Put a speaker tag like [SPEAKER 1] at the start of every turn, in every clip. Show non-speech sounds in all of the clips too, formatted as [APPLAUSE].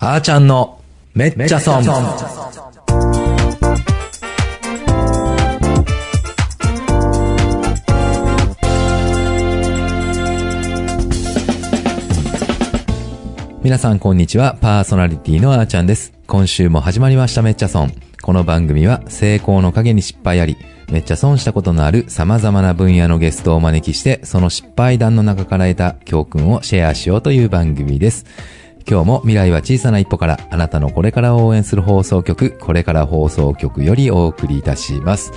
[SPEAKER 1] あーちゃんのめっちゃ損。皆さんこんにちは、パーソナリティのあーちゃんです。今週も始まりましためっちゃ損。この番組は成功の陰に失敗あり、めっちゃ損したことのある様々な分野のゲストをお招きして、その失敗談の中から得た教訓をシェアしようという番組です。今日も未来は小さな一歩からあなたのこれからを応援する放送局、これから放送局よりお送りいたします。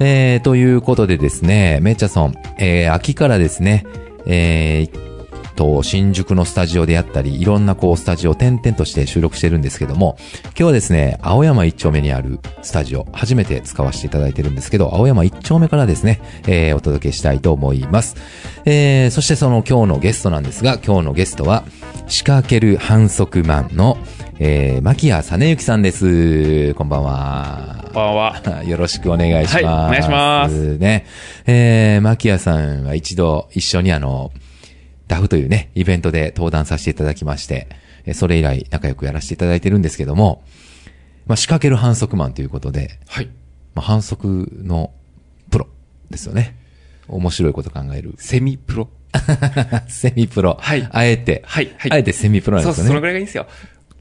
[SPEAKER 1] えー、ということでですね、めっちゃ損、えー、秋からですね、えー、と、新宿のスタジオであったり、いろんなこうスタジオを点々として収録してるんですけども、今日はですね、青山一丁目にあるスタジオ、初めて使わせていただいてるんですけど、青山一丁目からですね、えーお届けしたいと思います。えーそしてその今日のゲストなんですが、今日のゲストは、仕掛ける反則マンの、えー、牧谷実之さんです。こんばんは。
[SPEAKER 2] こんばんは。
[SPEAKER 1] よろしくお願いします。
[SPEAKER 2] はいお願いします。
[SPEAKER 1] ね。えー、マキヤさんは一度一緒にあの、ダフというね、イベントで登壇させていただきまして、えーそれ以来仲良くやらせていただいてるんですけども、まあ、仕掛ける反則マンということで、
[SPEAKER 2] はい。。
[SPEAKER 1] まあ、反則のプロですよね。面白いこと考える
[SPEAKER 2] セミプロ。
[SPEAKER 1] [LAUGHS] セミプロ。
[SPEAKER 2] はい
[SPEAKER 1] あえて、
[SPEAKER 2] はいはい
[SPEAKER 1] あえてセミプロなん
[SPEAKER 2] そう
[SPEAKER 1] ですよ
[SPEAKER 2] そう、
[SPEAKER 1] ね。
[SPEAKER 2] そのぐらいがいいんですよ。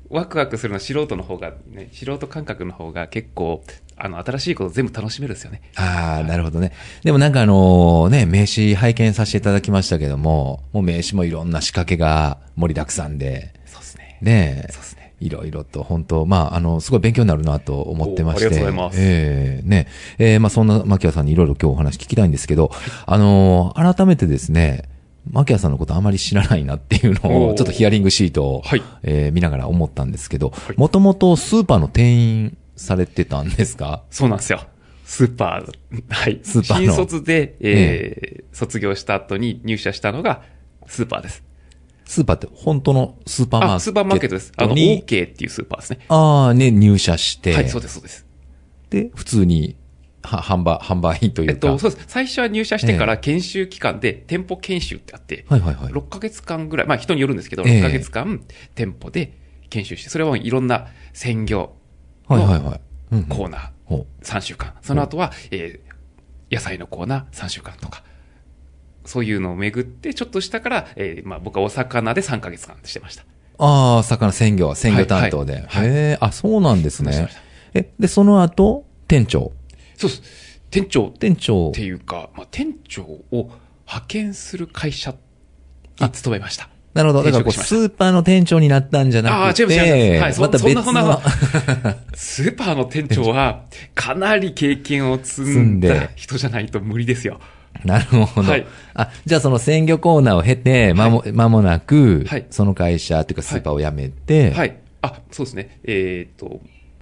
[SPEAKER 2] ワクワクするのは素人の方が、ね、素人感覚の方が結構、あの、新しいこと全部楽しめるんですよね。
[SPEAKER 1] ああ、なるほどね。でもなんかあのね、名刺拝見させていただきましたけども、もう名刺もいろんな仕掛けが盛りだくさんで、
[SPEAKER 2] そうですね。
[SPEAKER 1] ねえ
[SPEAKER 2] そうですね。
[SPEAKER 1] いろいろと、本当まあ、あの、すごい勉強になるなと思ってまして。
[SPEAKER 2] おありがとうございます
[SPEAKER 1] ええね。えーまあ、そんな、マキアさんにいろいろ今日お話聞きたいんですけど、あのー改めてですね、マキアさんのことあまり知らないなっていうのを、
[SPEAKER 2] おー
[SPEAKER 1] ちょっとヒアリングシートを、
[SPEAKER 2] はい
[SPEAKER 1] えー見ながら思ったんですけど
[SPEAKER 2] い、
[SPEAKER 1] もともとスーパーの店員されてたんですか
[SPEAKER 2] そうなんですよ。スーパー、はい。
[SPEAKER 1] スーパーの
[SPEAKER 2] 新卒で、えー卒業した後に入社したのが、スーパーです。
[SPEAKER 1] スーパーって本当のスーパーマーケット
[SPEAKER 2] あ、スーパーマーケットです。あの、
[SPEAKER 1] に
[SPEAKER 2] OK っていうスーパーですね。
[SPEAKER 1] ああ、ね、入社して。
[SPEAKER 2] はい、そうです、そうです。
[SPEAKER 1] で、普通に、は、販売、販売員とい
[SPEAKER 2] えっ
[SPEAKER 1] うか。
[SPEAKER 2] と、そうです。最初は入社してから研修期間で、店舗研修ってあって、
[SPEAKER 1] はいはいはい。
[SPEAKER 2] 6ヶ月間ぐらい、まあ人によるんですけど、
[SPEAKER 1] ええ
[SPEAKER 2] 6ヶ月間店舗で研修して、それはいろんな専業
[SPEAKER 1] はいはいはい。うん
[SPEAKER 2] コーナ
[SPEAKER 1] ほう。
[SPEAKER 2] ー3週間、その後は、えー野菜のコーナー3週間とか、そういうのを巡って、ちょっと下から、えーまあ僕はお魚で3ヶ月間してました。
[SPEAKER 1] ああ、魚鮮魚、鮮魚担当で。
[SPEAKER 2] はいはい
[SPEAKER 1] へえ、あ、そうなんです
[SPEAKER 2] そう
[SPEAKER 1] ね
[SPEAKER 2] でした。
[SPEAKER 1] え、で、その後、店長。
[SPEAKER 2] そうです。店長って
[SPEAKER 1] 店長。
[SPEAKER 2] いうか、まあ店長を派遣する会社に勤めました。
[SPEAKER 1] なるほど。だからこう、
[SPEAKER 2] 転職しまし
[SPEAKER 1] スーパーの店長になったんじゃ
[SPEAKER 2] あ
[SPEAKER 1] な
[SPEAKER 2] あ
[SPEAKER 1] く
[SPEAKER 2] ー、違います、違
[SPEAKER 1] て、
[SPEAKER 2] います。
[SPEAKER 1] ま
[SPEAKER 2] はい、
[SPEAKER 1] た
[SPEAKER 2] そそん
[SPEAKER 1] 別
[SPEAKER 2] な、
[SPEAKER 1] の
[SPEAKER 2] そんな、スーパーの店長は、かなり経験を積ん
[SPEAKER 1] 積んで
[SPEAKER 2] だ人じゃないと無理ですよ。
[SPEAKER 1] [LAUGHS] なるほど。
[SPEAKER 2] はい
[SPEAKER 1] あ、じゃあその鮮魚コーナーを経て、まも、間もなく、
[SPEAKER 2] はい
[SPEAKER 1] その会社っていうかスーパーを辞めて、
[SPEAKER 2] はい。あ、そうですね。えーっと、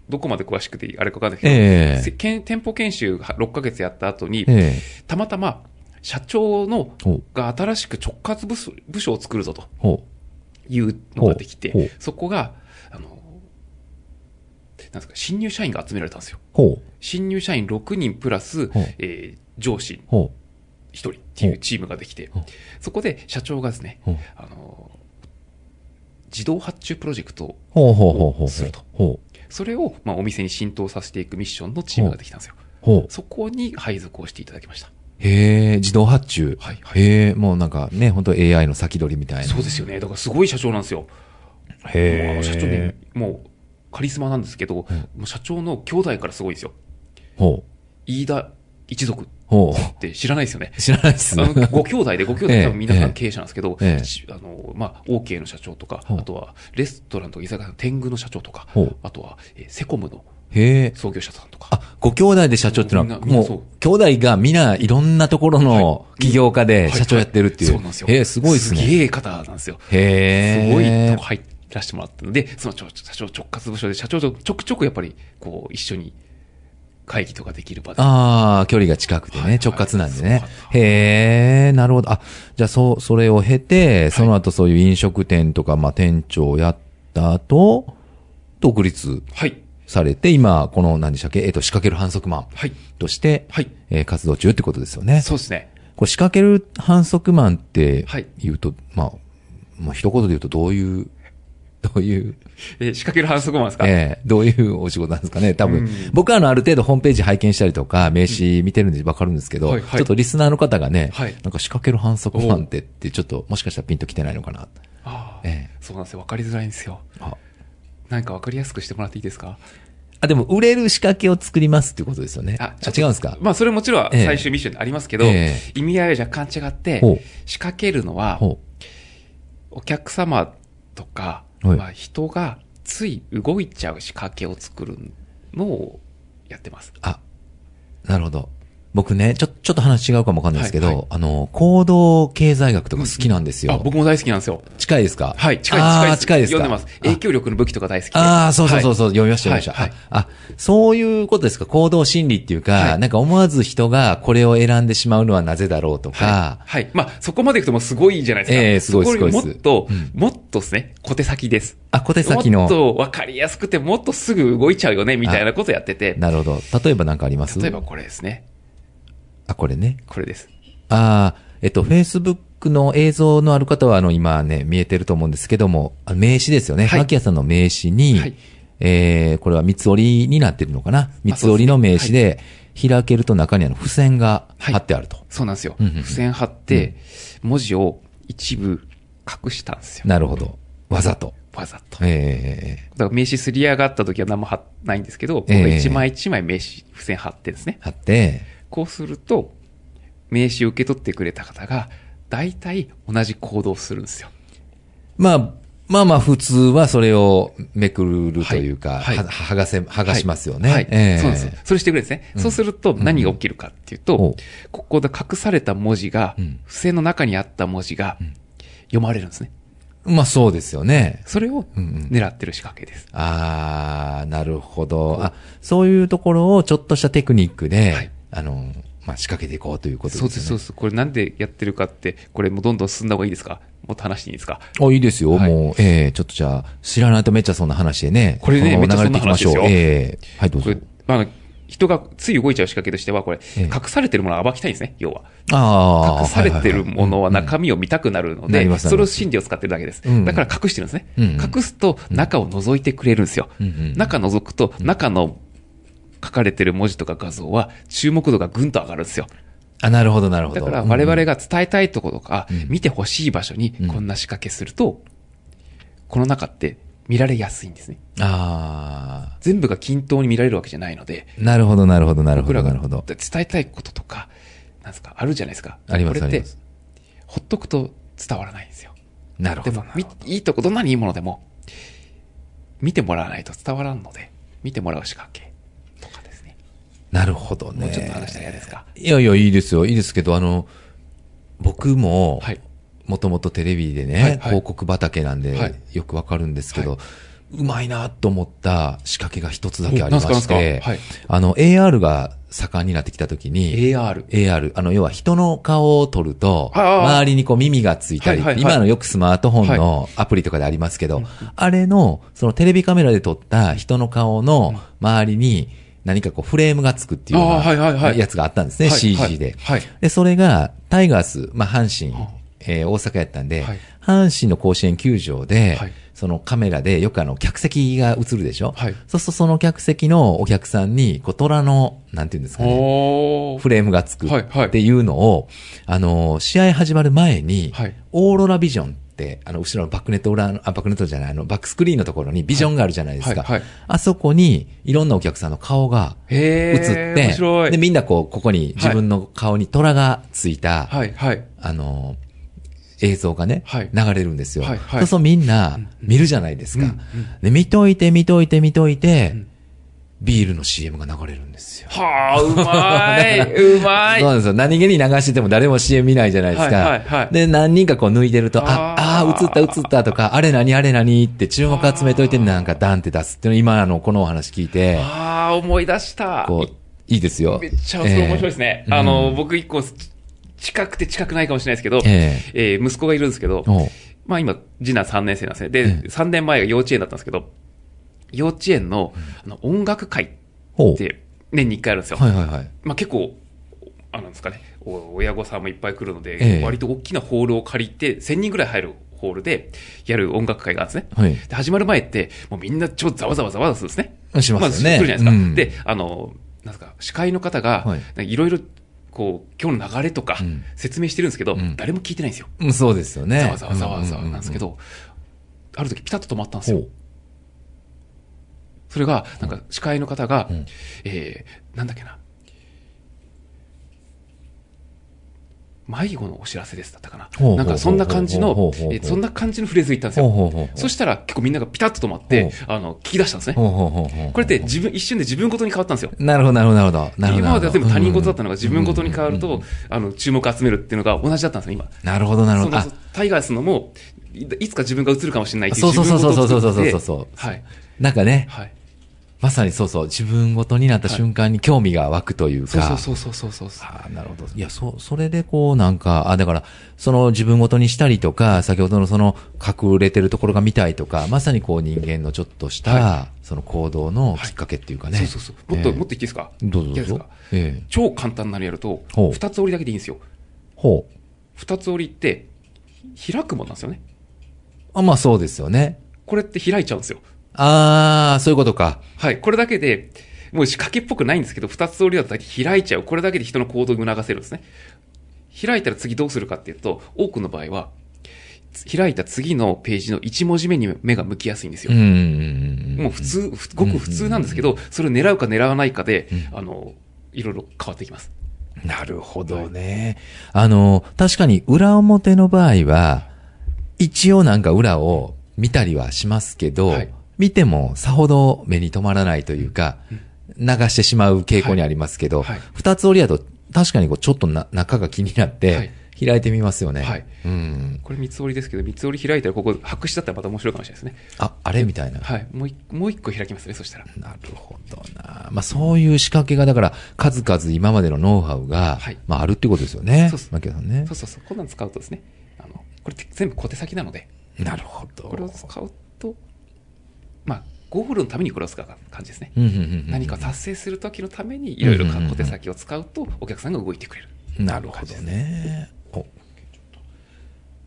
[SPEAKER 2] どこまで詳しくていいあれかわかんないけど、
[SPEAKER 1] ええ
[SPEAKER 2] せけん店舗研修が6ヶ月やった後に、
[SPEAKER 1] え
[SPEAKER 2] たまたま、社長の
[SPEAKER 1] えほう、
[SPEAKER 2] が新しく直轄部署部署を作るぞと
[SPEAKER 1] ほ
[SPEAKER 2] いうのができ
[SPEAKER 1] ほうほ
[SPEAKER 2] て
[SPEAKER 1] う、
[SPEAKER 2] そこが、あの、なんですか、新入社員が集められたんですよ。
[SPEAKER 1] う、ほう、
[SPEAKER 2] 新入社員6人プラス
[SPEAKER 1] ほう、
[SPEAKER 2] えー上司
[SPEAKER 1] ほう。
[SPEAKER 2] 一人っていうチームができて
[SPEAKER 1] ほう、
[SPEAKER 2] そこで社長がですね
[SPEAKER 1] ほう、
[SPEAKER 2] あの、自動発注プロジェクトを、
[SPEAKER 1] ほうほうほうほう。
[SPEAKER 2] すると
[SPEAKER 1] ほう。
[SPEAKER 2] それを、まあ、お店に浸透させていくミッションのチームができたんですよ。
[SPEAKER 1] ほう。
[SPEAKER 2] そこに配属をしていただきました。
[SPEAKER 1] へえ、自動発注。
[SPEAKER 2] はいは
[SPEAKER 1] へえ、もうなんかね、本当 AI の先取りみたいな。
[SPEAKER 2] そうですよね。だからすごい社長なんですよ。もうあ
[SPEAKER 1] へ
[SPEAKER 2] の
[SPEAKER 1] え。
[SPEAKER 2] 社長ね、もうカリスマなんですけど、もう社長の兄弟からすごいんですよ。
[SPEAKER 1] ほう。
[SPEAKER 2] 飯田一族っ
[SPEAKER 1] ほ
[SPEAKER 2] て知らないですよね。
[SPEAKER 1] [LAUGHS] う。知らないっす
[SPEAKER 2] あ
[SPEAKER 1] ね。 [LAUGHS]
[SPEAKER 2] の、ご兄弟で、ご兄弟
[SPEAKER 1] ええ
[SPEAKER 2] 多分皆さん経営者なんですけど、
[SPEAKER 1] ええ
[SPEAKER 2] しあの、まあ、OK の社長とか、
[SPEAKER 1] ほう
[SPEAKER 2] あとは、レストランとか居酒屋の天狗の社長とか
[SPEAKER 1] ほう、
[SPEAKER 2] あとは、えーセコムの
[SPEAKER 1] へえ。
[SPEAKER 2] 創業者さんとか、
[SPEAKER 1] あ、ご兄弟で社長っていうのは、
[SPEAKER 2] みんなみん
[SPEAKER 1] も
[SPEAKER 2] なそう
[SPEAKER 1] う、兄弟が皆いろんなところの
[SPEAKER 2] はい
[SPEAKER 1] 起業家で
[SPEAKER 2] はい
[SPEAKER 1] 社長やってるっていう。
[SPEAKER 2] そうなんですよ。
[SPEAKER 1] へえ、すごいっすね。
[SPEAKER 2] げえ方なんですよ。
[SPEAKER 1] へえ。
[SPEAKER 2] すごいとこ入らせてもらったので、そのちょ社長直轄部署で、社長とちょくちょくやっぱり、こう、一緒に会議とかできる場で。
[SPEAKER 1] ああ、距離が近くてね、
[SPEAKER 2] はいはい
[SPEAKER 1] 直轄なんで
[SPEAKER 2] そうなん
[SPEAKER 1] ね
[SPEAKER 2] だ。
[SPEAKER 1] へえ、なるほど。あ、じゃあ、そう、それを経て、その後そういう飲食店とか、まあ、店長をやった後、独立
[SPEAKER 2] はい。
[SPEAKER 1] されて、今、この、何でしたっけ、えっ、と、仕掛ける反則マン
[SPEAKER 2] はい。
[SPEAKER 1] として、
[SPEAKER 2] はい。
[SPEAKER 1] えー活動中ってことですよね。
[SPEAKER 2] そうですね。
[SPEAKER 1] これ仕掛ける反則マンって
[SPEAKER 2] はい、
[SPEAKER 1] 言うと、まあ、まあ、一言で言うとどういう、どどういう、
[SPEAKER 2] え仕掛ける反則マンですか、
[SPEAKER 1] ええどういうお仕事なんですかね、多分。
[SPEAKER 2] うん
[SPEAKER 1] 僕はあの、ある程度ホームページ拝見したりとか、名刺見てるんでわかるんですけど、
[SPEAKER 2] はいはい
[SPEAKER 1] ちょっとリスナーの方がね、
[SPEAKER 2] はい
[SPEAKER 1] なんか仕掛ける反則なんてって、ちょっと、もしかしたらピンと来てないのかな。
[SPEAKER 2] ああ
[SPEAKER 1] ええ
[SPEAKER 2] そうなんですよ。わかりづらいんですよ。
[SPEAKER 1] あ
[SPEAKER 2] なんかわかりやすくしてもらっていいですか
[SPEAKER 1] あ、でも、売れる仕掛けを作りますっていうことですよね。
[SPEAKER 2] あちょっ
[SPEAKER 1] 違うんですか
[SPEAKER 2] まあ、それもちろん
[SPEAKER 1] ええ
[SPEAKER 2] 最終ミッションでありますけど、
[SPEAKER 1] え
[SPEAKER 2] 意味合いは若干違って
[SPEAKER 1] ほう、
[SPEAKER 2] 仕掛けるのは、
[SPEAKER 1] ほ
[SPEAKER 2] お客様とか、
[SPEAKER 1] はい
[SPEAKER 2] まあ、人がつい動いちゃう仕掛けを作るのをやってます
[SPEAKER 1] う。。あ、なるほど。僕ね、ちょ、ちょっと話違うかもわかんないですけど、
[SPEAKER 2] はいはい
[SPEAKER 1] あの、行動経済学とか好きなんですよ。
[SPEAKER 2] あ、僕も大好きなんですよ。
[SPEAKER 1] 近いですか
[SPEAKER 2] はい、近い
[SPEAKER 1] あー
[SPEAKER 2] です。
[SPEAKER 1] 近いですか
[SPEAKER 2] 読んでます。影響力の武器とか大好きで。
[SPEAKER 1] ああ、そうそうそうそう、読みました、
[SPEAKER 2] はい
[SPEAKER 1] 読みました、
[SPEAKER 2] はい
[SPEAKER 1] あ。あそういうことですか。行動心理っていうか、
[SPEAKER 2] はい
[SPEAKER 1] なんか思わず人がこれを選んでしまうのはなぜだろうと
[SPEAKER 2] は
[SPEAKER 1] か、
[SPEAKER 2] い。はい。まあ、そこまでいくともうすごいじゃないですか。
[SPEAKER 1] ええすごい
[SPEAKER 2] そこより
[SPEAKER 1] すごい
[SPEAKER 2] も
[SPEAKER 1] で
[SPEAKER 2] っ
[SPEAKER 1] す
[SPEAKER 2] と
[SPEAKER 1] うん、
[SPEAKER 2] もっとですね、小手先です。
[SPEAKER 1] あ、小手先の
[SPEAKER 2] もっ。と分かりやすくて、もっとすぐ動いちゃうよね、みたいなことやってて。
[SPEAKER 1] なるほど。例えばなんかあります
[SPEAKER 2] 例えばこれですね。
[SPEAKER 1] あ、これね。
[SPEAKER 2] これです。
[SPEAKER 1] ああ、えっと、Facebook の映像のある方は、あの、今ね、見えてると思うんですけども、あ名刺ですよね。
[SPEAKER 2] はい
[SPEAKER 1] マキヤさんの名刺に、
[SPEAKER 2] はい
[SPEAKER 1] えー、これは三つ折りになってるのかな。三
[SPEAKER 2] まあ
[SPEAKER 1] つ折りの名刺で、開けると中にあの、付箋が
[SPEAKER 2] はい
[SPEAKER 1] 貼ってあると。
[SPEAKER 2] そうなんですよ。
[SPEAKER 1] うんうんうん
[SPEAKER 2] 付箋貼って、文字を一部隠したんですよ。
[SPEAKER 1] なるほど。わざと。
[SPEAKER 2] わざと。
[SPEAKER 1] ええ
[SPEAKER 2] だから名刺すり上がった時は何も貼っないんですけど、僕
[SPEAKER 1] え
[SPEAKER 2] が
[SPEAKER 1] え
[SPEAKER 2] 一枚一枚名刺、付箋貼ってですね。
[SPEAKER 1] 貼って、
[SPEAKER 2] こうすると、名刺を受け取ってくれた方が、大体同じ行動をするんですよ。
[SPEAKER 1] まあ、まあまあ普通はそれをめくるというか、は
[SPEAKER 2] はいはい
[SPEAKER 1] 剥がせ、剥がしますよね。
[SPEAKER 2] はい。
[SPEAKER 1] ええ
[SPEAKER 2] そうなんですよ。それしてくれるんですね。
[SPEAKER 1] うん
[SPEAKER 2] そうすると何が起きるかっていうと、
[SPEAKER 1] うんおう
[SPEAKER 2] ここで隠された文字が、
[SPEAKER 1] うん
[SPEAKER 2] 付箋の中にあった文字が、読まれるんですね。
[SPEAKER 1] まあそうですよね。
[SPEAKER 2] それを
[SPEAKER 1] うんうん
[SPEAKER 2] 狙ってる仕掛けです。
[SPEAKER 1] ああ、なるほど。あ、そういうところをちょっとしたテクニックで、
[SPEAKER 2] はい
[SPEAKER 1] あの、まあ仕掛けていこうということです
[SPEAKER 2] そう
[SPEAKER 1] よ
[SPEAKER 2] で
[SPEAKER 1] ね。
[SPEAKER 2] す、そうです。これなんでやってるかって、これもうどんどん進んだ方がいいですかもっと話していいですか
[SPEAKER 1] あ、いいですよ。
[SPEAKER 2] はい
[SPEAKER 1] もう、ええちょっとじゃあ、知らないとめっちゃそんな話でね。
[SPEAKER 2] これね
[SPEAKER 1] このまま流れていきましょう。
[SPEAKER 2] めっちゃそんな話
[SPEAKER 1] ええはい、どう
[SPEAKER 2] こ
[SPEAKER 1] ぞ
[SPEAKER 2] れ。、まあ、人がつい動いちゃう仕掛けとしては、これ、
[SPEAKER 1] ええ
[SPEAKER 2] 隠されてるものを暴きたいんですね、要は。
[SPEAKER 1] ああ、
[SPEAKER 2] 隠されてるもの
[SPEAKER 1] は
[SPEAKER 2] は
[SPEAKER 1] いはいはい
[SPEAKER 2] 中身を見たくなるの
[SPEAKER 1] うんなり
[SPEAKER 2] で、
[SPEAKER 1] ますなります
[SPEAKER 2] それを心理を使ってるだけです
[SPEAKER 1] うん。
[SPEAKER 2] だから隠してるんです
[SPEAKER 1] うん
[SPEAKER 2] ね。隠すと中を覗いてくれるんですよ
[SPEAKER 1] うんうん。
[SPEAKER 2] 中覗くと中の書かれてる文字とか画像は注目度がぐんと上がるんですよ。
[SPEAKER 1] あ、なるほど、なるほ
[SPEAKER 2] だ
[SPEAKER 1] ど。
[SPEAKER 2] から我々が伝えたいところとか
[SPEAKER 1] うん、
[SPEAKER 2] 見てほしい場所に
[SPEAKER 1] うん
[SPEAKER 2] こんな仕掛けすると、この中って見られやすいんですね。
[SPEAKER 1] うんあ
[SPEAKER 2] 全部が均等に見られるわけじゃないので、
[SPEAKER 1] あ、なるほど、なるほど、なるほ
[SPEAKER 2] 僕
[SPEAKER 1] ど、
[SPEAKER 2] ら
[SPEAKER 1] な
[SPEAKER 2] が
[SPEAKER 1] るほど。
[SPEAKER 2] 伝えたいこととか、なんですか、あるじゃないですか。
[SPEAKER 1] あります
[SPEAKER 2] これっ
[SPEAKER 1] あり
[SPEAKER 2] て
[SPEAKER 1] ます、
[SPEAKER 2] ほっとくと伝わらないんですよ。
[SPEAKER 1] なるほ
[SPEAKER 2] で
[SPEAKER 1] ど。
[SPEAKER 2] も、みいいとこ、どんなにいいものでも、見てもらわないと伝わらんので、見てもらう仕掛けとかですね。
[SPEAKER 1] なるほどね。
[SPEAKER 2] もうちょっと話したら嫌ですか。
[SPEAKER 1] いやいや、いいですよ。いいですけど、あの、僕も、
[SPEAKER 2] はい
[SPEAKER 1] もともとテレビでね、
[SPEAKER 2] はいはい
[SPEAKER 1] 広告畑なんで、
[SPEAKER 2] はい
[SPEAKER 1] よくわかるんですけど、
[SPEAKER 2] は
[SPEAKER 1] うまいなと思った仕掛けが一つだけありま
[SPEAKER 2] おなん
[SPEAKER 1] し
[SPEAKER 2] すかなん
[SPEAKER 1] て、
[SPEAKER 2] すかはい
[SPEAKER 1] あの、AR が盛んになってきたときに、
[SPEAKER 2] AR。
[SPEAKER 1] AR、あの、要は人の顔を撮ると、
[SPEAKER 2] ああ
[SPEAKER 1] 周りにこう耳がついたり、
[SPEAKER 2] はいはいはい
[SPEAKER 1] 今のよくスマートフォンのアプリとかでありますけど、あれの、そのテレビカメラで撮った人の顔の周りに何かこうフレームがつくっていうよう
[SPEAKER 2] ああはいはい
[SPEAKER 1] な
[SPEAKER 2] はい
[SPEAKER 1] やつがあったんですね、
[SPEAKER 2] はい
[SPEAKER 1] CG で。
[SPEAKER 2] はいはい
[SPEAKER 1] で、それがタイガース、まあ、阪神
[SPEAKER 2] はあ、
[SPEAKER 1] えー大阪やったんで、
[SPEAKER 2] はい
[SPEAKER 1] 阪神の甲子園球場で、
[SPEAKER 2] はい
[SPEAKER 1] そのカメラでよくあの客席が映るでしょ、
[SPEAKER 2] はい
[SPEAKER 1] そうするとその客席のお客さんに、こう虎の、なんていうんですかね、
[SPEAKER 2] おー。
[SPEAKER 1] フレームがつく
[SPEAKER 2] はいはい
[SPEAKER 1] っていうのを、あの、試合始まる前に、
[SPEAKER 2] はい
[SPEAKER 1] オーロラビジョンって、あの、後ろのバックネット裏の、あ、バックネットじゃない、あの、バックスクリーンのところにビジョンがあるじゃないですか。
[SPEAKER 2] はいはいはい
[SPEAKER 1] あそこに、いろんなお客さんの顔が映
[SPEAKER 2] へ
[SPEAKER 1] っ
[SPEAKER 2] ー。
[SPEAKER 1] て、
[SPEAKER 2] 面白
[SPEAKER 1] で、
[SPEAKER 2] い。
[SPEAKER 1] みんなこう、ここに自分の顔に虎がついた、
[SPEAKER 2] はい、はい。
[SPEAKER 1] あの、映像がね、
[SPEAKER 2] はい
[SPEAKER 1] 流れるんですよ。
[SPEAKER 2] はいはい
[SPEAKER 1] そうそうみんな見るじゃないですか。
[SPEAKER 2] うんうん
[SPEAKER 1] で、見といて見といて見といて、
[SPEAKER 2] うん
[SPEAKER 1] ビールの CM が流れるんですよ。
[SPEAKER 2] はあ、う
[SPEAKER 1] [LAUGHS]
[SPEAKER 2] まい。うま
[SPEAKER 1] そう
[SPEAKER 2] い。
[SPEAKER 1] なんですよ。何気に流してても誰も CM 見ないじゃないですか。
[SPEAKER 2] はいはいはい
[SPEAKER 1] で、何人かこう抜いてると、あ、あ
[SPEAKER 2] あー
[SPEAKER 1] ー映った映ったとか、あれ何あれ何って注目集めといてなんかダンって出すっていうの今あの、このお話聞いて、
[SPEAKER 2] ああ、思い出した。
[SPEAKER 1] こう、いいですよ。
[SPEAKER 2] めっちゃそれ面白いですね。あの、
[SPEAKER 1] うん
[SPEAKER 2] 僕一個、近くて近くないかもしれないですけど、
[SPEAKER 1] え
[SPEAKER 2] えー息子がいるんですけど
[SPEAKER 1] え、おう
[SPEAKER 2] まあ今、次男3年生なんですね。で、
[SPEAKER 1] ええ
[SPEAKER 2] 3年前が幼稚園だったんですけど、幼稚園のあの音楽会っ
[SPEAKER 1] おう
[SPEAKER 2] て年に1回あるんですよ。
[SPEAKER 1] はいはいはい。
[SPEAKER 2] まあ結構、あなんですかね、お親御さんもいっぱい来るので、
[SPEAKER 1] ええ
[SPEAKER 2] 割と大きなホールを借りて、1000人ぐらい入るホールでやる音楽会があるんですね。
[SPEAKER 1] はい
[SPEAKER 2] で始まる前って、もうみんな超ざわざわざわざするんですね。
[SPEAKER 1] しますよね
[SPEAKER 2] まあ、するじゃないですか。
[SPEAKER 1] うん
[SPEAKER 2] で、あの、なんですか、司会の方が、
[SPEAKER 1] はい
[SPEAKER 2] なんかいろいろ、こう、今日の流れとか
[SPEAKER 1] うん
[SPEAKER 2] 説明してるんですけど、
[SPEAKER 1] ん
[SPEAKER 2] 誰も聞いてないんですよ。
[SPEAKER 1] うんそうですよね。
[SPEAKER 2] ざわざわざわざわなんですけど、ある時ピタッと止まったんです
[SPEAKER 1] うんうん
[SPEAKER 2] よ
[SPEAKER 1] うん。。
[SPEAKER 2] それが、なんか、司会の方が、
[SPEAKER 1] うん
[SPEAKER 2] えー、なんだっけな。迷子のお知らせですだったかな
[SPEAKER 1] ほうほうほう。
[SPEAKER 2] なんか、そんな感じ
[SPEAKER 1] ほ
[SPEAKER 2] の
[SPEAKER 1] うほうほうほう、
[SPEAKER 2] えーそんな感じのフレーズを言ったんです
[SPEAKER 1] ほう
[SPEAKER 2] よ。
[SPEAKER 1] ほうほうほう。
[SPEAKER 2] そしたら、結構みんながピタッと止まって、あの、聞き出したんですね。
[SPEAKER 1] ほうほうほうほう
[SPEAKER 2] これって自分、一瞬で自分ごとに変わったんですよ。
[SPEAKER 1] なるほど、なるほど、なるほど。なるほど。
[SPEAKER 2] 今までは全部他人事だったのが
[SPEAKER 1] うん
[SPEAKER 2] 自分事に変わる
[SPEAKER 1] うんうん
[SPEAKER 2] と、あの、注目を集めるっていうのが同じだったんですよ、今。
[SPEAKER 1] なるほど、なるほど。あ
[SPEAKER 2] その、タイガースのも、いいつか自分が映るかもしれないっていう
[SPEAKER 1] そうそうそうそうそうそうそう
[SPEAKER 2] 自分事
[SPEAKER 1] そう
[SPEAKER 2] を
[SPEAKER 1] そ
[SPEAKER 2] 作って
[SPEAKER 1] う。
[SPEAKER 2] はい。
[SPEAKER 1] なんかね、
[SPEAKER 2] はい。
[SPEAKER 1] まさにそうそう、自分ごとになった瞬間に興味が湧くというか。
[SPEAKER 2] そうそうそうそうそうそう。
[SPEAKER 1] ああ、なるほど。いや、そ、それでこう、なんか、あだから、その自分ごとにしたりとか、先ほどのその隠れてるところが見たいとか、まさにこう人間のちょっとした、その行動のきっかけっていうかね。
[SPEAKER 2] そうそうそう。もっと、
[SPEAKER 1] ええ
[SPEAKER 2] もっといっていいですか
[SPEAKER 1] どうぞ
[SPEAKER 2] い
[SPEAKER 1] ど
[SPEAKER 2] いで
[SPEAKER 1] う
[SPEAKER 2] す
[SPEAKER 1] ぞ
[SPEAKER 2] か。
[SPEAKER 1] ええ
[SPEAKER 2] 超簡単なのやると
[SPEAKER 1] ほう、
[SPEAKER 2] 二つ折りだけでいいんですよ。
[SPEAKER 1] ほう。
[SPEAKER 2] 二つ折りって、開くもんなんですよね。
[SPEAKER 1] あ、まあそうですよね。
[SPEAKER 2] これって開いちゃうんですよ。
[SPEAKER 1] ああ、そういうことか。
[SPEAKER 2] はい。これだけで、もう仕掛けっぽくないんですけど、二つ折りだとだけ開いちゃう。これだけで人の行動を促せるんですね。開いたら次どうするかっていうと、多くの場合は、開いた次のページの一文字目に目が向きやすいんです
[SPEAKER 1] う
[SPEAKER 2] よ
[SPEAKER 1] ん。うん。
[SPEAKER 2] もう普通、ふごく普通なんですけど、それを狙うか狙わないかで、あの、いろいろ変わってきます。
[SPEAKER 1] なるほどね。あの、確かに裏表の場合は、一応なんか裏を見たりはしますけど、
[SPEAKER 2] はい
[SPEAKER 1] 見てもさほど目に留まらないというか、流してしまう傾向にありますけど、
[SPEAKER 2] はいはい
[SPEAKER 1] 二つ折りだと確かにこうちょっとな中が気になっ
[SPEAKER 2] は
[SPEAKER 1] て
[SPEAKER 2] い、
[SPEAKER 1] 開いてみますよね。
[SPEAKER 2] はい
[SPEAKER 1] うん。
[SPEAKER 2] これ三つ折りですけど、三つ折り開いたらここ白紙だったらまた面白いかもしれないですね。
[SPEAKER 1] あ、あれみたいな。
[SPEAKER 2] はい。もう一もう一個開きますね、そしたら。
[SPEAKER 1] なるほどな。まあそういう仕掛けが、だから数々今までのノウハウが、
[SPEAKER 2] はい
[SPEAKER 1] まああるってことですよね。
[SPEAKER 2] そうです
[SPEAKER 1] マキオさんね
[SPEAKER 2] そう。そうそう。こんなん使うとですね、あの、これって全部小手先なので、
[SPEAKER 1] なるほど。
[SPEAKER 2] これを使うと、まあ、ゴールのためにこれを使う感じですね。
[SPEAKER 1] うんうんうんうん
[SPEAKER 2] 何か達成するときのためにいろいろ
[SPEAKER 1] うんうんうん
[SPEAKER 2] 小手先を使うとお客さんが動いてくれる。
[SPEAKER 1] なるほどね。お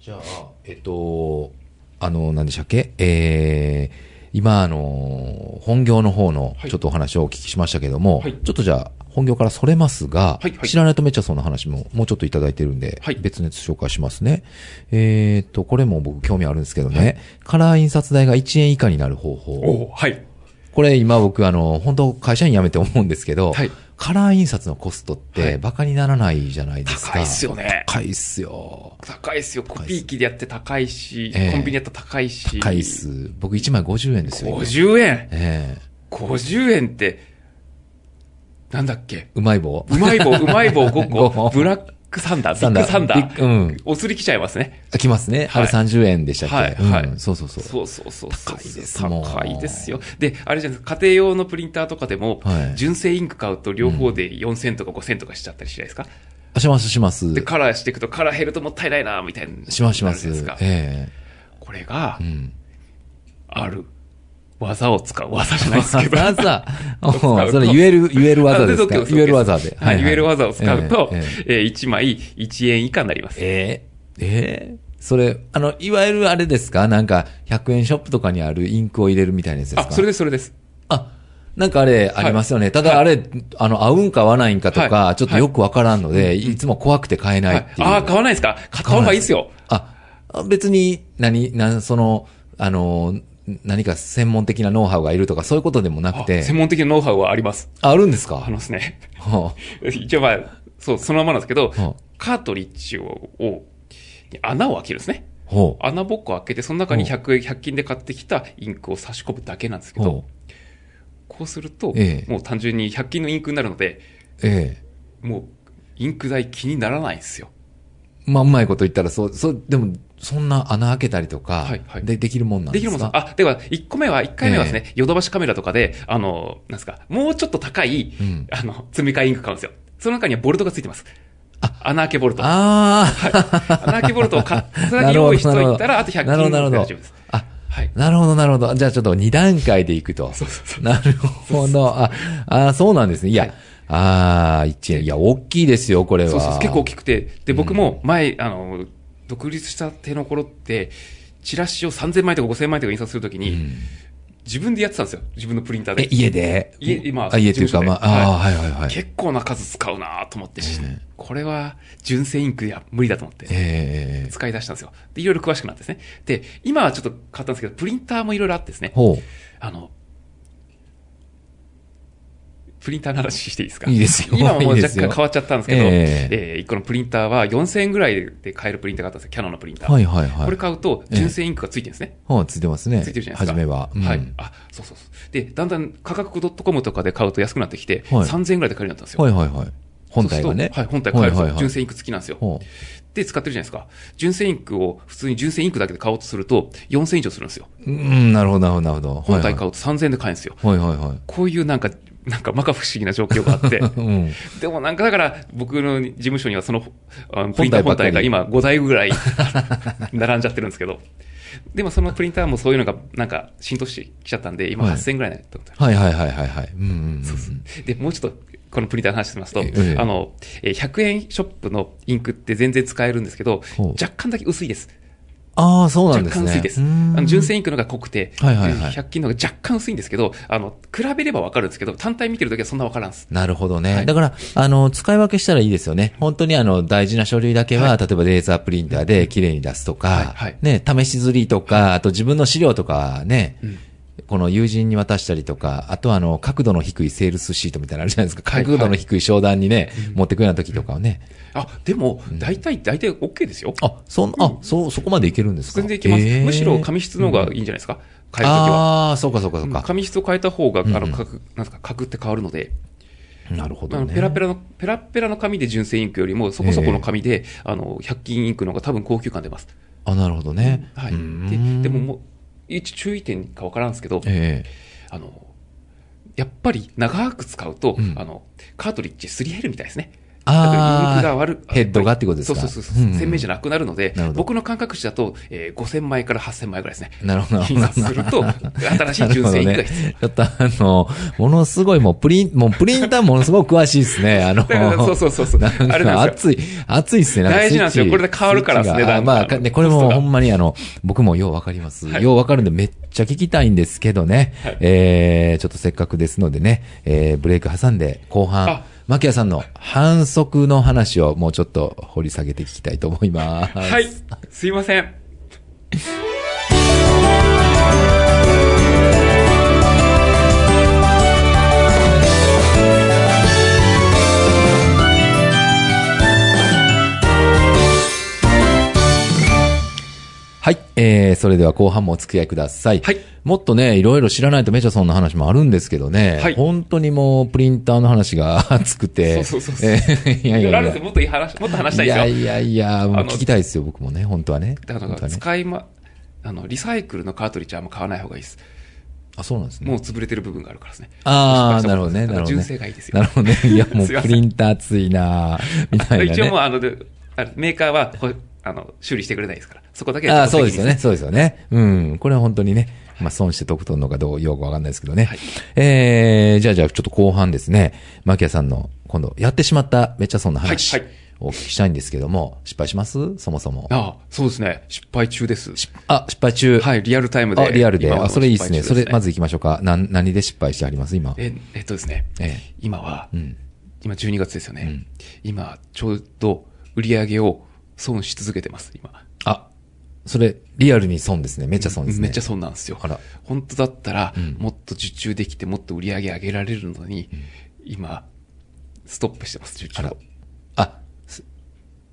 [SPEAKER 1] じゃあ、えっと、あの、何でしたっけえー、今、あの、本業の方の
[SPEAKER 2] はい
[SPEAKER 1] ちょっとお話をお聞きしましたけども、
[SPEAKER 2] はい
[SPEAKER 1] ちょっとじゃあ、本業からそれますが、
[SPEAKER 2] はいはい
[SPEAKER 1] 知らないとめっちゃそうな話ももうちょっといただいてるんで、
[SPEAKER 2] はい
[SPEAKER 1] 別のやつ紹介しますね。えー、っと、これも僕興味あるんですけどね、カラー印刷代が1円以下になる方法。
[SPEAKER 2] おおはい。
[SPEAKER 1] これ今僕あの、本当会社員辞めて思うんですけど、
[SPEAKER 2] はい
[SPEAKER 1] カラー印刷のコストっ
[SPEAKER 2] は
[SPEAKER 1] て
[SPEAKER 2] い
[SPEAKER 1] バカにならないじゃないですか。
[SPEAKER 2] 高いっすよね。
[SPEAKER 1] 高いっすよ。
[SPEAKER 2] 高いっすよ。コピー機でやって高いし、
[SPEAKER 1] ええ
[SPEAKER 2] コンビニでやったら高いし。
[SPEAKER 1] 高いっす。僕1枚50円ですよ。今
[SPEAKER 2] 50円
[SPEAKER 1] ええ
[SPEAKER 2] !50 円って、なんだっけ
[SPEAKER 1] うまい棒。
[SPEAKER 2] うまい棒、うまい
[SPEAKER 1] 五
[SPEAKER 2] 棒
[SPEAKER 1] [LAUGHS] 個
[SPEAKER 2] 5個、ブラックサンダー、ビッグサンダ
[SPEAKER 1] ビッグ
[SPEAKER 2] ー。
[SPEAKER 1] うん。
[SPEAKER 2] お釣り来ちゃいますね。
[SPEAKER 1] あ来ますね。あれ
[SPEAKER 2] は
[SPEAKER 1] 30円でしたっけ、
[SPEAKER 2] はいはい
[SPEAKER 1] うんそうそうそう。
[SPEAKER 2] そうそうそうそう。
[SPEAKER 1] 高いですもん
[SPEAKER 2] 高いですよ。で、あれじゃないですか、家庭用のプリンターとかでも
[SPEAKER 1] はい、
[SPEAKER 2] 純正インク買うと両方で4000とか5000とかしちゃったりしないですか
[SPEAKER 1] あしますします。
[SPEAKER 2] で、カラーしていくとカラー減るともったいないな、みたいな。
[SPEAKER 1] しますします
[SPEAKER 2] なるじゃない。ですか
[SPEAKER 1] え
[SPEAKER 2] これが
[SPEAKER 1] えう、ん。
[SPEAKER 2] ある。技を使う。技じゃないです
[SPEAKER 1] [LAUGHS]
[SPEAKER 2] けど。
[SPEAKER 1] 技
[SPEAKER 2] [LAUGHS] 使う
[SPEAKER 1] お
[SPEAKER 2] と
[SPEAKER 1] それ言える、言える技です
[SPEAKER 2] あ
[SPEAKER 1] か
[SPEAKER 2] で OK
[SPEAKER 1] 言える技で。
[SPEAKER 2] はい。言える技を使うと、
[SPEAKER 1] ええ
[SPEAKER 2] え
[SPEAKER 1] ええ
[SPEAKER 2] ー1枚1円以下になります。
[SPEAKER 1] ええええそれ、あの、いわゆるあれですかなんか、100円ショップとかにあるインクを入れるみたいなやつですか
[SPEAKER 2] あ、それです、それです。
[SPEAKER 1] あなんかあれ、ありますよね。ただあれ、あの、合うんか合わないんかとか、
[SPEAKER 2] はい
[SPEAKER 1] ちょっとよくわからんので、い、つも怖くて買えないっていう。
[SPEAKER 2] ああ、買わないですか買った方がいいですよ。
[SPEAKER 1] あ、あ別に、何、な、その、あの、何か専門的なノウハウがいるとか、そういうことでもな
[SPEAKER 2] あ
[SPEAKER 1] くて。
[SPEAKER 2] 専門的なノウハウはあります。
[SPEAKER 1] ああるんですか
[SPEAKER 2] あのですね。
[SPEAKER 1] は
[SPEAKER 2] [LAUGHS] 一応まあ、そう、そのままなんですけど
[SPEAKER 1] は、
[SPEAKER 2] カートリッジを、を穴を開けるんですね。
[SPEAKER 1] あほ
[SPEAKER 2] 穴ぼっこを開けて、その中に
[SPEAKER 1] ほ
[SPEAKER 2] 100円、100均で買ってきたインクを差し込むだけなんです
[SPEAKER 1] う。
[SPEAKER 2] けど、
[SPEAKER 1] ほう。
[SPEAKER 2] こうすると、
[SPEAKER 1] ええ
[SPEAKER 2] もう単純に100均のインクになるので、
[SPEAKER 1] ええ
[SPEAKER 2] もう、インク代気にならないんですよ。
[SPEAKER 1] まあ、うまいこと言ったら、そう、そう、でも、そんな穴開けたりとか、
[SPEAKER 2] はいはい
[SPEAKER 1] で、できるもんなんで
[SPEAKER 2] です
[SPEAKER 1] か
[SPEAKER 2] きるもんですかあ、では、1個目は、1回目はですね、ヨドバシカメラとかで、あの、なんですか、もうちょっと高い、
[SPEAKER 1] うん
[SPEAKER 2] あの、積み替えインク買うんですよ。その中にはボルトがついてます。穴開けボルト。はい。
[SPEAKER 1] ああ、
[SPEAKER 2] 穴開けボルトを買っそれだ
[SPEAKER 1] [LAUGHS] な
[SPEAKER 2] け
[SPEAKER 1] るほ
[SPEAKER 2] 用
[SPEAKER 1] ど
[SPEAKER 2] 意しといたら、あと100均
[SPEAKER 1] なるほど、なるほ
[SPEAKER 2] 大
[SPEAKER 1] ど
[SPEAKER 2] 丈夫です。。
[SPEAKER 1] あ、
[SPEAKER 2] はい。
[SPEAKER 1] なるほど、なるほど。じゃあちょっと2段階でいくと。
[SPEAKER 2] そうそうそう。
[SPEAKER 1] なるほど。あ、あーそうなんですね。いや、
[SPEAKER 2] はい
[SPEAKER 1] ああ、一円。いや、大きいですよ、これは。
[SPEAKER 2] そうそうそう結構大
[SPEAKER 1] き
[SPEAKER 2] きくて、で、僕も前、あの、独立したての頃って、チラシを3000枚とか5000枚とか印刷するときに、自分でやってたんですよ。自分のプリンター
[SPEAKER 1] え
[SPEAKER 2] で、。
[SPEAKER 1] 家で
[SPEAKER 2] 家まあ
[SPEAKER 1] あ、家っていうか、
[SPEAKER 2] 事務所で
[SPEAKER 1] まあ、ああー、はいはいはい。
[SPEAKER 2] 結構な数使うなと思って、
[SPEAKER 1] ええ
[SPEAKER 2] これは純正インクや無理だと思って。
[SPEAKER 1] ええ
[SPEAKER 2] 使い出したんですよ。で、いろいろ詳しくなってですね。で、今はちょっと買ったんですけど、プリンターもいろいろあってですね。
[SPEAKER 1] ほ
[SPEAKER 2] あの、プリンターの話していいですか
[SPEAKER 1] いいですよ
[SPEAKER 2] 今はもう
[SPEAKER 1] いいで
[SPEAKER 2] 若
[SPEAKER 1] すよ
[SPEAKER 2] 干変わっちゃったんですけど、
[SPEAKER 1] え
[SPEAKER 2] え1個のプリンターは4000円ぐらいで買えるプリンターがあったんですよ。キャノンのプリンタ
[SPEAKER 1] う。
[SPEAKER 2] ー。
[SPEAKER 1] はいはいはい。
[SPEAKER 2] これ買うと、純正インクがついてるんですね。
[SPEAKER 1] ほう、ついてますね。
[SPEAKER 2] ついてるじゃないですか。
[SPEAKER 1] 初めは。うん
[SPEAKER 2] はい。あ、そうそうそう。で、だんだん価格 .com とかで買うと安くなってきて、
[SPEAKER 1] はい
[SPEAKER 2] 3000円ぐらいで買えるようになったんですよ。
[SPEAKER 1] はいはいはい。本体がね。
[SPEAKER 2] そうするとはい、本体買えるんですよ
[SPEAKER 1] はいはいはい
[SPEAKER 2] 純正インク付きなんですよ。
[SPEAKER 1] ほ
[SPEAKER 2] で使ってるじゃないですか。純正インクを普通に純正インクだけで買おうとすると、4000以上するんですよ。
[SPEAKER 1] う。うん、なるほどなるほどなるほど。
[SPEAKER 2] 本体買うと3000円で買えるんですよ。
[SPEAKER 1] はいはいはい。
[SPEAKER 2] こういうなんか、なんか摩訶不思議な状況があ
[SPEAKER 1] [LAUGHS]
[SPEAKER 2] って、
[SPEAKER 1] うん。
[SPEAKER 2] でもなんかだから僕の事務所にはその、あのプリ
[SPEAKER 1] 本体ばっ
[SPEAKER 2] ンター本
[SPEAKER 1] かり
[SPEAKER 2] 体が今5台ぐらい [LAUGHS] 並んじゃってるんですけど、でもそのプリンターもそういうのがなんか浸透してきちゃったんで、今
[SPEAKER 1] はい
[SPEAKER 2] 8000円ぐらいになってこと
[SPEAKER 1] はいはいはいはいはい。うんうんうん。
[SPEAKER 2] で、もうちょっと、このプリンターの話しますと、
[SPEAKER 1] ええ
[SPEAKER 2] あの、えー100円ショップのインクって全然使えるんですけど、
[SPEAKER 1] ほう
[SPEAKER 2] 若干だけ薄いです。
[SPEAKER 1] ああ、そうなん
[SPEAKER 2] 若
[SPEAKER 1] です
[SPEAKER 2] 干
[SPEAKER 1] ね。
[SPEAKER 2] 薄いです。あ
[SPEAKER 1] うん
[SPEAKER 2] の純正インクのが濃くて、
[SPEAKER 1] はいはいはい
[SPEAKER 2] 100均のが若干薄いんですけど、あの、比べればわかるんですけど、単体見てるときはそんなわからんです。
[SPEAKER 1] なるほどね。
[SPEAKER 2] はい
[SPEAKER 1] だから、あの、使い分けしたらいいですよね。本当にあの、大事な書類だけは、例えばレーザープリンターで綺麗に出すとか、
[SPEAKER 2] はいはい
[SPEAKER 1] ね、試し刷りとか、あと自分の資料とかね、
[SPEAKER 2] ん
[SPEAKER 1] この友人に渡したりとか、あとはあの、角度の低いセールスシートみたいなのあるじゃないですか。
[SPEAKER 2] はい
[SPEAKER 1] 角度の低い商談にね、持ってくような時とかをね。
[SPEAKER 2] あ、でも、大体、大体 OK ですよ。
[SPEAKER 1] あ、そん、あ、そう、そこまでいけるんですか
[SPEAKER 2] 全然いけます。むしろ紙
[SPEAKER 1] 質
[SPEAKER 2] 質の方がいいんじゃないですか。変えるときは。
[SPEAKER 1] ああー、そうかそうかそう
[SPEAKER 2] うん
[SPEAKER 1] か。
[SPEAKER 2] 紙質を変えた方が、あ
[SPEAKER 1] うんう
[SPEAKER 2] の、
[SPEAKER 1] ん
[SPEAKER 2] 格、なんですか、格って変わるので。
[SPEAKER 1] なるほ
[SPEAKER 2] あ
[SPEAKER 1] ど
[SPEAKER 2] の
[SPEAKER 1] ね。
[SPEAKER 2] ペラペラの、ペラペラの紙で純正インクよりも、そこそこの紙で、あの、100均インクの方が多分高級感出ます。
[SPEAKER 1] あ、なるほどね。
[SPEAKER 2] は
[SPEAKER 1] う
[SPEAKER 2] い。
[SPEAKER 1] ん
[SPEAKER 2] で、でももう、一応注意点かわからんですけど、
[SPEAKER 1] ええ
[SPEAKER 2] あの、やっぱり長く使うと、
[SPEAKER 1] うん
[SPEAKER 2] あの、カートリッジすり減るみたいですね。
[SPEAKER 1] あー
[SPEAKER 2] だからインクが悪
[SPEAKER 1] ヘッドがってことですか
[SPEAKER 2] そうそうそうそう
[SPEAKER 1] うんうん
[SPEAKER 2] 鮮明じゃなくなるので
[SPEAKER 1] なるほ、ど
[SPEAKER 2] 僕の感覚値だと、えー5000枚から8000枚ぐらいですね。
[SPEAKER 1] なる [LAUGHS] ほど。
[SPEAKER 2] 印刷すると、 [LAUGHS] 新しい純正インクが
[SPEAKER 1] なるほ
[SPEAKER 2] 必要。
[SPEAKER 1] どね。ちょっとあの、ものすごいもうプリン、もうプリンターものすごく詳しいですね。あの、
[SPEAKER 2] だからそうそうそうそう
[SPEAKER 1] なん
[SPEAKER 2] あれ
[SPEAKER 1] か
[SPEAKER 2] なんです
[SPEAKER 1] 熱い、熱いですね。か
[SPEAKER 2] 大事なんですよ
[SPEAKER 1] スイッチ
[SPEAKER 2] これで変わるからですね
[SPEAKER 1] スイッチが
[SPEAKER 2] だ
[SPEAKER 1] あ
[SPEAKER 2] んだん
[SPEAKER 1] まあ、かね、これ
[SPEAKER 2] コスト
[SPEAKER 1] も
[SPEAKER 2] が
[SPEAKER 1] ほんまにあの、僕もようわかります。
[SPEAKER 2] はい
[SPEAKER 1] ようわかるんでめっちゃ聞きたいんですけどね。
[SPEAKER 2] はい
[SPEAKER 1] えー、ちょっとせっかくですのでね、えー、ブレイク挟んで後半
[SPEAKER 2] あ、
[SPEAKER 1] マキアさんの反則の話をもうちょっと掘り下げて聞きたいと思います。
[SPEAKER 2] はい。すいません。
[SPEAKER 1] はい。えー、それでは後半もお付き合いください。
[SPEAKER 2] はい
[SPEAKER 1] もっとね、いろいろ知らないとメチャソンの話もあるんですけどね。
[SPEAKER 2] はい
[SPEAKER 1] 本当にもう、プリンターの話が熱くて。
[SPEAKER 2] そうそうそうそう
[SPEAKER 1] え [LAUGHS] ーいやいやい
[SPEAKER 2] ラ
[SPEAKER 1] や。
[SPEAKER 2] ルフもっといい話、もっと話したい
[SPEAKER 1] い
[SPEAKER 2] ですよ
[SPEAKER 1] や。いやいや、もう
[SPEAKER 2] あの
[SPEAKER 1] 聞きたいですよ、僕もね、本当はね。
[SPEAKER 2] だか
[SPEAKER 1] 本当
[SPEAKER 2] ら、
[SPEAKER 1] はね。
[SPEAKER 2] 使いま、あの、リサイクルのカートリッジはあんま買わない方がいいです。
[SPEAKER 1] あ、そうなんですね。
[SPEAKER 2] もう潰れてる部分があるからですね。
[SPEAKER 1] ああ、
[SPEAKER 2] 失敗した
[SPEAKER 1] なるほどね、
[SPEAKER 2] だ
[SPEAKER 1] なる
[SPEAKER 2] から
[SPEAKER 1] ほどね。
[SPEAKER 2] 純正がいいですよ
[SPEAKER 1] なるほ
[SPEAKER 2] [LAUGHS]
[SPEAKER 1] どね。いや、もう
[SPEAKER 2] すいませ
[SPEAKER 1] プ
[SPEAKER 2] ん
[SPEAKER 1] リンター熱いなみたいなね。
[SPEAKER 2] 一応もう、あの、であのメーカーは、こうあの、修理してくれないですから。そこだけ
[SPEAKER 1] ああ、
[SPEAKER 2] はちょ
[SPEAKER 1] そ
[SPEAKER 2] っ
[SPEAKER 1] うで
[SPEAKER 2] と
[SPEAKER 1] す
[SPEAKER 2] 責
[SPEAKER 1] よ
[SPEAKER 2] 任
[SPEAKER 1] ね。。そうですよね。うん。これは本当にね、まあ、損して得とんのかどう、よくわかんないですけどね。
[SPEAKER 2] はい
[SPEAKER 1] えー、じゃあじゃあちょっと後半ですね、マキアさんの、今度、やってしまっためっちゃ損な話
[SPEAKER 2] はいはい
[SPEAKER 1] をお聞きしたいんですけども、失敗しますそもそも。
[SPEAKER 2] ああ、そうですね。失敗中です。
[SPEAKER 1] あ、失敗中。
[SPEAKER 2] はい、リアルタイムで。
[SPEAKER 1] あ、リアルで。
[SPEAKER 2] 今は
[SPEAKER 1] あ、それいいですね。
[SPEAKER 2] 失
[SPEAKER 1] そ
[SPEAKER 2] 敗中
[SPEAKER 1] れ、まず行きましょうか。なん、何で失敗してあります今。
[SPEAKER 2] え、えっとですね。
[SPEAKER 1] え
[SPEAKER 2] 今は、
[SPEAKER 1] ん
[SPEAKER 2] 今12月ですよね。今、ちょうど売り上げを損し続けてます、今。
[SPEAKER 1] あ、それ、リアルに損ですね。めっちゃ損ですね。
[SPEAKER 2] めっちゃ損なんですよ。
[SPEAKER 1] あら
[SPEAKER 2] 本当だったら、もっと受注できて、もっと売り上げ上げられるのに、今、ストップしてます、受
[SPEAKER 1] あ
[SPEAKER 2] 注
[SPEAKER 1] ら
[SPEAKER 2] を。。
[SPEAKER 1] あ、す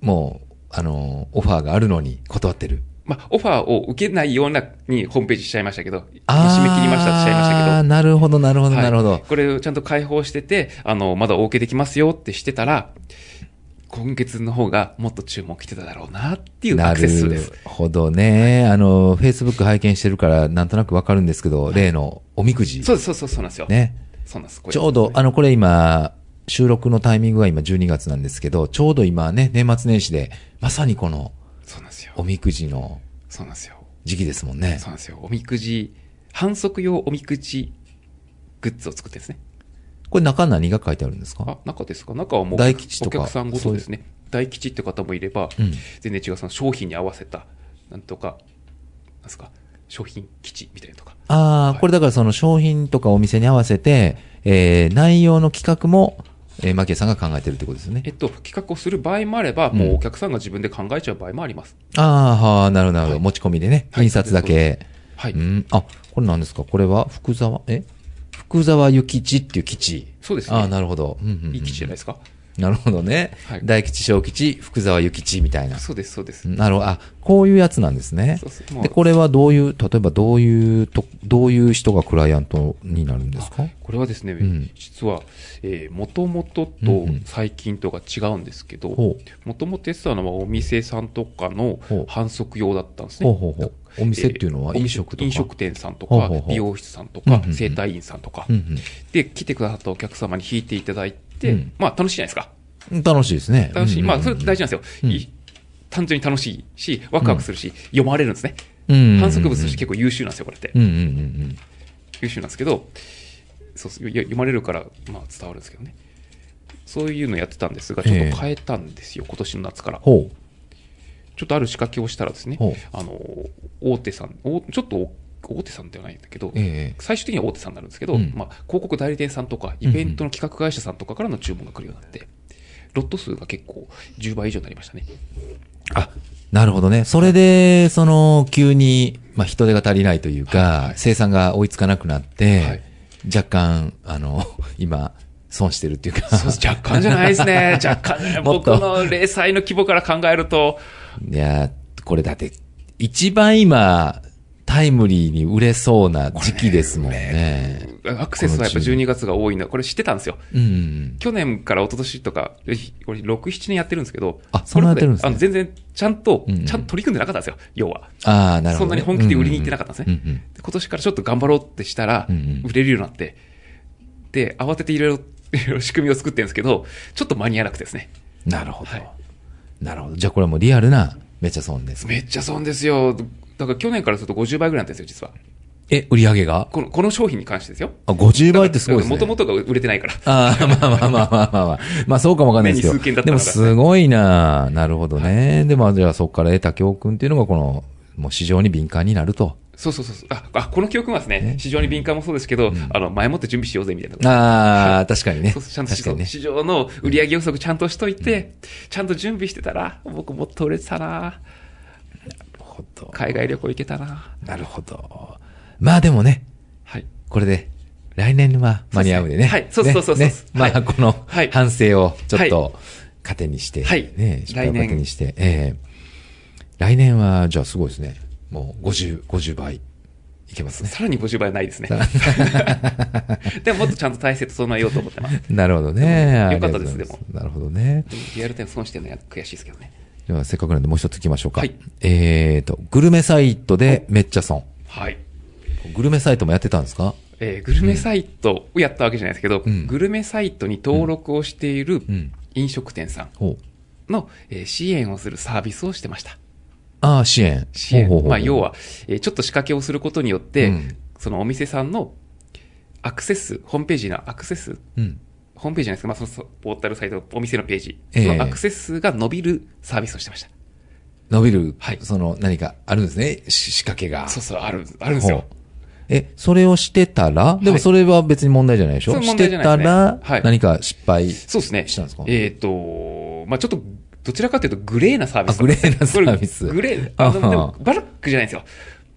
[SPEAKER 1] もう、あのー、オファーがあるのに断ってる。
[SPEAKER 2] まあ、オファーを受けないようなにホームページしちゃいましたけど、締め切り
[SPEAKER 1] あー
[SPEAKER 2] ましたしちゃいましたけど。
[SPEAKER 1] なるほど、なるほど、
[SPEAKER 2] はい
[SPEAKER 1] なるほど。
[SPEAKER 2] これをちゃんと開放してて、あの、まだお受けできますよってしてたら、今月の方がもっと注文来てただろうなっていう
[SPEAKER 1] な
[SPEAKER 2] アクセス数で
[SPEAKER 1] る
[SPEAKER 2] す。
[SPEAKER 1] ほどね。あの、Facebook 拝見してるから、なんとなくわかるんですけど、例のおみくじ。
[SPEAKER 2] そうです、そうそう、そうなんですよ。
[SPEAKER 1] ね。
[SPEAKER 2] そうなんです。これ
[SPEAKER 1] ちょうど、あの、これ今、収録のタイミングが今12月なんですけど、ちょうど今ね、年末年始で、まさにこの
[SPEAKER 2] そうなんですよ。
[SPEAKER 1] おみくじの
[SPEAKER 2] そうなんですよ。
[SPEAKER 1] 時期ですもんね
[SPEAKER 2] そう。なんですよ。おみくじ、反則用おみくじグッズを作ってですね。
[SPEAKER 1] これ中何が書いてあるんですか
[SPEAKER 2] あ、中ですか中はもう、
[SPEAKER 1] 大吉とか
[SPEAKER 2] お客さんごとですね。大吉って方もいれば、
[SPEAKER 1] うん
[SPEAKER 2] 全然違う、その商品に合わせた、なんとか、なんですか、商品基地みたいなのとか。
[SPEAKER 1] あ
[SPEAKER 2] は
[SPEAKER 1] あ、
[SPEAKER 2] い
[SPEAKER 1] これだからその商品とかお店に合わせて、えー、内容の企画も、えー、マキエさんが考えてるってことですよね
[SPEAKER 2] え。っと、企画をする場合もあれば、もうお客さんが自分で考えちゃう場合もあります。
[SPEAKER 1] ああ、はあ、なるほど、なるほど。
[SPEAKER 2] はい
[SPEAKER 1] 持ち込みでね。
[SPEAKER 2] はい
[SPEAKER 1] 印刷だけ。
[SPEAKER 2] はい。
[SPEAKER 1] うん。あ、これなんですかこれは福沢、え福沢諭吉っていう基地。
[SPEAKER 2] そうですね。
[SPEAKER 1] ああ、なるほど。うんうんうん
[SPEAKER 2] いい基地じゃないですか。
[SPEAKER 1] なるほどね。
[SPEAKER 2] はい
[SPEAKER 1] 大吉、小吉、福沢諭吉みたいな。
[SPEAKER 2] そうです、そうです。
[SPEAKER 1] なるほど。あ、こういうやつなんですね
[SPEAKER 2] そう。そうもう
[SPEAKER 1] で、これはどういう、例えばどういうと、どういう人がクライアントになるんですか
[SPEAKER 2] これはですね、
[SPEAKER 1] ん
[SPEAKER 2] 実は、えー、もともとと
[SPEAKER 1] うんうん
[SPEAKER 2] 最近とが違うんですけど、
[SPEAKER 1] ほ
[SPEAKER 2] もともとやってたのはお店さんとかの
[SPEAKER 1] ほう
[SPEAKER 2] 反則用だったんです
[SPEAKER 1] う。ほう
[SPEAKER 2] ね。
[SPEAKER 1] ほうほう。お店っていうのは
[SPEAKER 2] えー
[SPEAKER 1] 飲食とか。
[SPEAKER 2] 飲食店さんと
[SPEAKER 1] ほうほ
[SPEAKER 2] か
[SPEAKER 1] うほう
[SPEAKER 2] 美容室さんと
[SPEAKER 1] うん
[SPEAKER 2] か
[SPEAKER 1] うんうん
[SPEAKER 2] 整体院さんとか、
[SPEAKER 1] うん
[SPEAKER 2] で来てくださったお客様に引いていただいて、
[SPEAKER 1] うん
[SPEAKER 2] まあ楽しいじゃないですか
[SPEAKER 1] うん。楽しいですね。
[SPEAKER 2] 楽しい、
[SPEAKER 1] うん
[SPEAKER 2] まあそれ大事なんですよ、
[SPEAKER 1] うん
[SPEAKER 2] い単純に楽しいしワクワクするし、読まれるんですね
[SPEAKER 1] うん
[SPEAKER 2] 反則物として結構優秀なんですよこれって、
[SPEAKER 1] うんうんうん
[SPEAKER 2] 優秀なんですけどそうそうよ読まれるから、まあ、伝わるんですけどねそういうのやってたんですがちょっと変えたんですよ、今年の夏から
[SPEAKER 1] ほ
[SPEAKER 2] ちょっとある仕掛けをしたらですね
[SPEAKER 1] ほう
[SPEAKER 2] あの大手さんおちょっと大大手さんではないんだけど、
[SPEAKER 1] ええ
[SPEAKER 2] 最終的には大手さんになるんですけど、
[SPEAKER 1] うん
[SPEAKER 2] まあ、広告代理店さんとかイベントの企画会社さんとかからの注文が来るようになって、ロット数が結構10倍以上になりましたねあ
[SPEAKER 1] う。なるほどね。それで、その、急に、まあ、人手が足りないというか、生産が追いつかなくなって、
[SPEAKER 2] はい
[SPEAKER 1] 若干、あの、今、損してるっていう [LAUGHS] か。
[SPEAKER 2] そうです若干じゃないですね [LAUGHS] 若干じゃない
[SPEAKER 1] もっ
[SPEAKER 2] 僕
[SPEAKER 1] と
[SPEAKER 2] の零細の規模から考えると
[SPEAKER 1] いやー、これだって、一番今、タイムリーに売れそうな時期ですもんね。
[SPEAKER 2] アクセスはやっぱ12月が多いのはこれ知ってたんですよ
[SPEAKER 1] うん。
[SPEAKER 2] 去年から一昨年とか、俺6、7年やってるんですけど、
[SPEAKER 1] あそんなやってるんですね
[SPEAKER 2] あの全然、ちゃんと、
[SPEAKER 1] うんうん
[SPEAKER 2] ちゃんと取り組んでなかったんですよ、要は。
[SPEAKER 1] ああ、なるほ
[SPEAKER 2] そん
[SPEAKER 1] ど
[SPEAKER 2] な
[SPEAKER 1] ね、
[SPEAKER 2] に本気で売りに行ってなかったんですね。
[SPEAKER 1] うんうんうん
[SPEAKER 2] で今年からちょっと頑張ろうってしたら
[SPEAKER 1] うんうん、
[SPEAKER 2] 売れるようになって、で、慌てていろいろ、いろいろ仕組みを作ってるんですけど、ちょっと間に合わなくてですね。
[SPEAKER 1] なるほど、
[SPEAKER 2] はい
[SPEAKER 1] なるほど。じゃあこれはもうリアルなめちゃ損です。
[SPEAKER 2] めっちゃ損ですよ。だから去年からすると50倍ぐらいになってるんですよ、実は。
[SPEAKER 1] え、売り上げが
[SPEAKER 2] この、この商品に関してですよ。
[SPEAKER 1] あ、50倍ってすごいですね。
[SPEAKER 2] もともとが売れてないから。
[SPEAKER 1] ああ、まあまあまあまあまあまあ。まあそうかもわかんないですけ
[SPEAKER 2] 年に数件だ
[SPEAKER 1] ど。で
[SPEAKER 2] ったの
[SPEAKER 1] も
[SPEAKER 2] が
[SPEAKER 1] すごいななるほどね。で、まあじゃあそこから得た教訓っていうのがこの、もう市場に敏感になると。
[SPEAKER 2] そうそうそうそう。あ、あこの教訓はですね
[SPEAKER 1] ね、
[SPEAKER 2] 非常に敏感もそうですけど、あの、前もって準備しようぜ、みたいなこと。
[SPEAKER 1] ああ、確かにね。
[SPEAKER 2] そうそうちゃんと
[SPEAKER 1] 確かにね。
[SPEAKER 2] 市場の売り上げ予測ちゃんとしといて、ちゃんと準備してたら、僕もっと売れてたな海外旅行行けたな
[SPEAKER 1] なるほど。まあでもね、
[SPEAKER 2] はい。
[SPEAKER 1] これで、来年は間に合うんでね。
[SPEAKER 2] はいそうそうそうそう
[SPEAKER 1] ね
[SPEAKER 2] そう
[SPEAKER 1] ねま
[SPEAKER 2] は
[SPEAKER 1] あ、
[SPEAKER 2] い
[SPEAKER 1] この
[SPEAKER 2] はい
[SPEAKER 1] 反省をちょっ
[SPEAKER 2] は
[SPEAKER 1] と糧にして、
[SPEAKER 2] はい
[SPEAKER 1] ね、失敗を
[SPEAKER 2] 来年
[SPEAKER 1] 糧にして、ええ来年は、じゃあすごいですね。もう50、50倍いけ
[SPEAKER 2] [LAUGHS]
[SPEAKER 1] ますね。
[SPEAKER 2] さらに50倍はないですね。 [LAUGHS] でももっとちゃんと体制整えようと思ってます。
[SPEAKER 1] なるほどね。
[SPEAKER 2] よかったです
[SPEAKER 1] ありがとうございますなるほどね。
[SPEAKER 2] リアルタイム損してるのは悔しいですけどね。
[SPEAKER 1] では、せっかくなんでもう一つ行きましょうか。
[SPEAKER 2] はい
[SPEAKER 1] えーと、グルメサイトでめっちゃ損。
[SPEAKER 2] はい。
[SPEAKER 1] グルメサイトもやってたんですか
[SPEAKER 2] えーグルメサイトをやったわけじゃないですけど、
[SPEAKER 1] うん
[SPEAKER 2] グルメサイトに登録をしている
[SPEAKER 1] ん
[SPEAKER 2] 飲食店さん
[SPEAKER 1] ほう。
[SPEAKER 2] の、えー支援をするサービスをしてました。
[SPEAKER 1] ああ、支援。
[SPEAKER 2] 支援
[SPEAKER 1] ほうほうほう
[SPEAKER 2] まあ、要は、えーちょっと仕掛けをすることによって、
[SPEAKER 1] うん
[SPEAKER 2] そのお店さんのアクセス、ホームページのアクセス、
[SPEAKER 1] うん。
[SPEAKER 2] ホームページじゃないですか、まあ、そのそポータルサイト、お店のページ、
[SPEAKER 1] ええ
[SPEAKER 2] そのアクセス数が伸びるサービスをしてました。
[SPEAKER 1] 伸びる、
[SPEAKER 2] はい
[SPEAKER 1] その何かあるんですね、し仕掛けが。
[SPEAKER 2] そうそう、ある、あるんですよ
[SPEAKER 1] ほ。うえ、それをしてたら、でもそれは別に問題じゃないでしょ、
[SPEAKER 2] それ
[SPEAKER 1] し
[SPEAKER 2] 問
[SPEAKER 1] て
[SPEAKER 2] 題じゃな
[SPEAKER 1] た
[SPEAKER 2] いですね
[SPEAKER 1] ら、
[SPEAKER 2] はい
[SPEAKER 1] 何か失敗。
[SPEAKER 2] そうですね。
[SPEAKER 1] したんですか
[SPEAKER 2] えっ、と、まあちょっと、どちらかというとグレーなサービスんです
[SPEAKER 1] あグレーなサービス
[SPEAKER 2] これグレー、あの、
[SPEAKER 1] あは
[SPEAKER 2] でも、ブラックじゃないんですよ。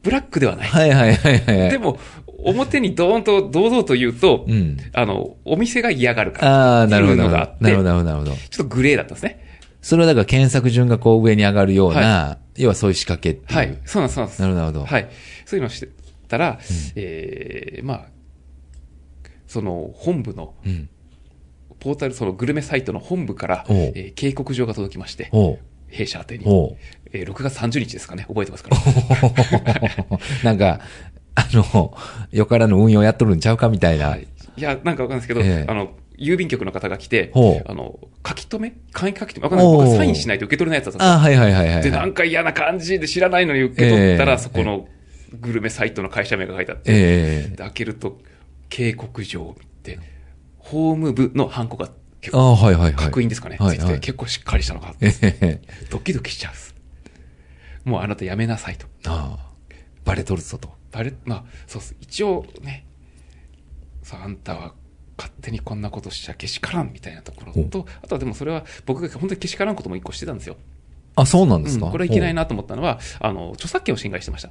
[SPEAKER 2] ブラックではない。
[SPEAKER 1] はいはいはいはい。
[SPEAKER 2] でも、表にドーンと堂々と言うと、
[SPEAKER 1] うん
[SPEAKER 2] あの、お店が嫌がるから。
[SPEAKER 1] ああ、なるほど。
[SPEAKER 2] っていうの
[SPEAKER 1] な
[SPEAKER 2] があ
[SPEAKER 1] る
[SPEAKER 2] っ
[SPEAKER 1] ほ
[SPEAKER 2] て
[SPEAKER 1] ど、なるほど、なるほど。
[SPEAKER 2] ちょっとグレーだったんですね。
[SPEAKER 1] それはだから検索順がこう上に上がるような、要はそういう仕掛けっていう。
[SPEAKER 2] はい。そうなんです、そうなんです。
[SPEAKER 1] なるほど、なるほど。
[SPEAKER 2] はい。そういうのをしてたら、えーまあ、その本部の、
[SPEAKER 1] うん。
[SPEAKER 2] ポータル、そのグルメサイトの本部から、
[SPEAKER 1] おう
[SPEAKER 2] えー警告状が届きまして、
[SPEAKER 1] ほ
[SPEAKER 2] 弊社宛て
[SPEAKER 1] う。ほ
[SPEAKER 2] に。
[SPEAKER 1] う。
[SPEAKER 2] えー6月30日ですかね、覚えてますから。
[SPEAKER 1] [LAUGHS] なんか、あの、よからぬ運用やっとるんちゃうかみたいな。
[SPEAKER 2] はい、いや、なんかわかんないですけど、
[SPEAKER 1] ええ
[SPEAKER 2] あの、郵便局の方が来て
[SPEAKER 1] ほ、う
[SPEAKER 2] あの、書き留め簡易書き留めわかんない。僕
[SPEAKER 1] おう
[SPEAKER 2] はサインしないと受け取れないやつだったんですよ
[SPEAKER 1] ああ、はいはいはいはい、はい。
[SPEAKER 2] で、なんか嫌な感じで知らないのに受け取ったら、
[SPEAKER 1] ええ
[SPEAKER 2] そこのグルメサイトの会社名が書いてあって、
[SPEAKER 1] ええ
[SPEAKER 2] で開けると、警告状って、法務部のハンコが結
[SPEAKER 1] あ
[SPEAKER 2] 構、
[SPEAKER 1] あ、はいはいはい。
[SPEAKER 2] 確認ですかね、
[SPEAKER 1] はいはい
[SPEAKER 2] ついてて結構しっかりしたのがあって、
[SPEAKER 1] [LAUGHS] ええ
[SPEAKER 2] ドキドキしちゃうっす。もうあなたやめなさいと。
[SPEAKER 1] ああ。バレとるぞと。
[SPEAKER 2] バレ、まあ、そうっす。一応ね、そう、あんたは勝手にこんなことしちゃけしからんみたいなところと、あとはでもそれは僕が本当にけしからんことも一個してたんですよ。
[SPEAKER 1] あ、そうなんで
[SPEAKER 2] う
[SPEAKER 1] す
[SPEAKER 2] ん、
[SPEAKER 1] か、
[SPEAKER 2] これはいけないなと思ったのは、あの、著作権を侵害してました。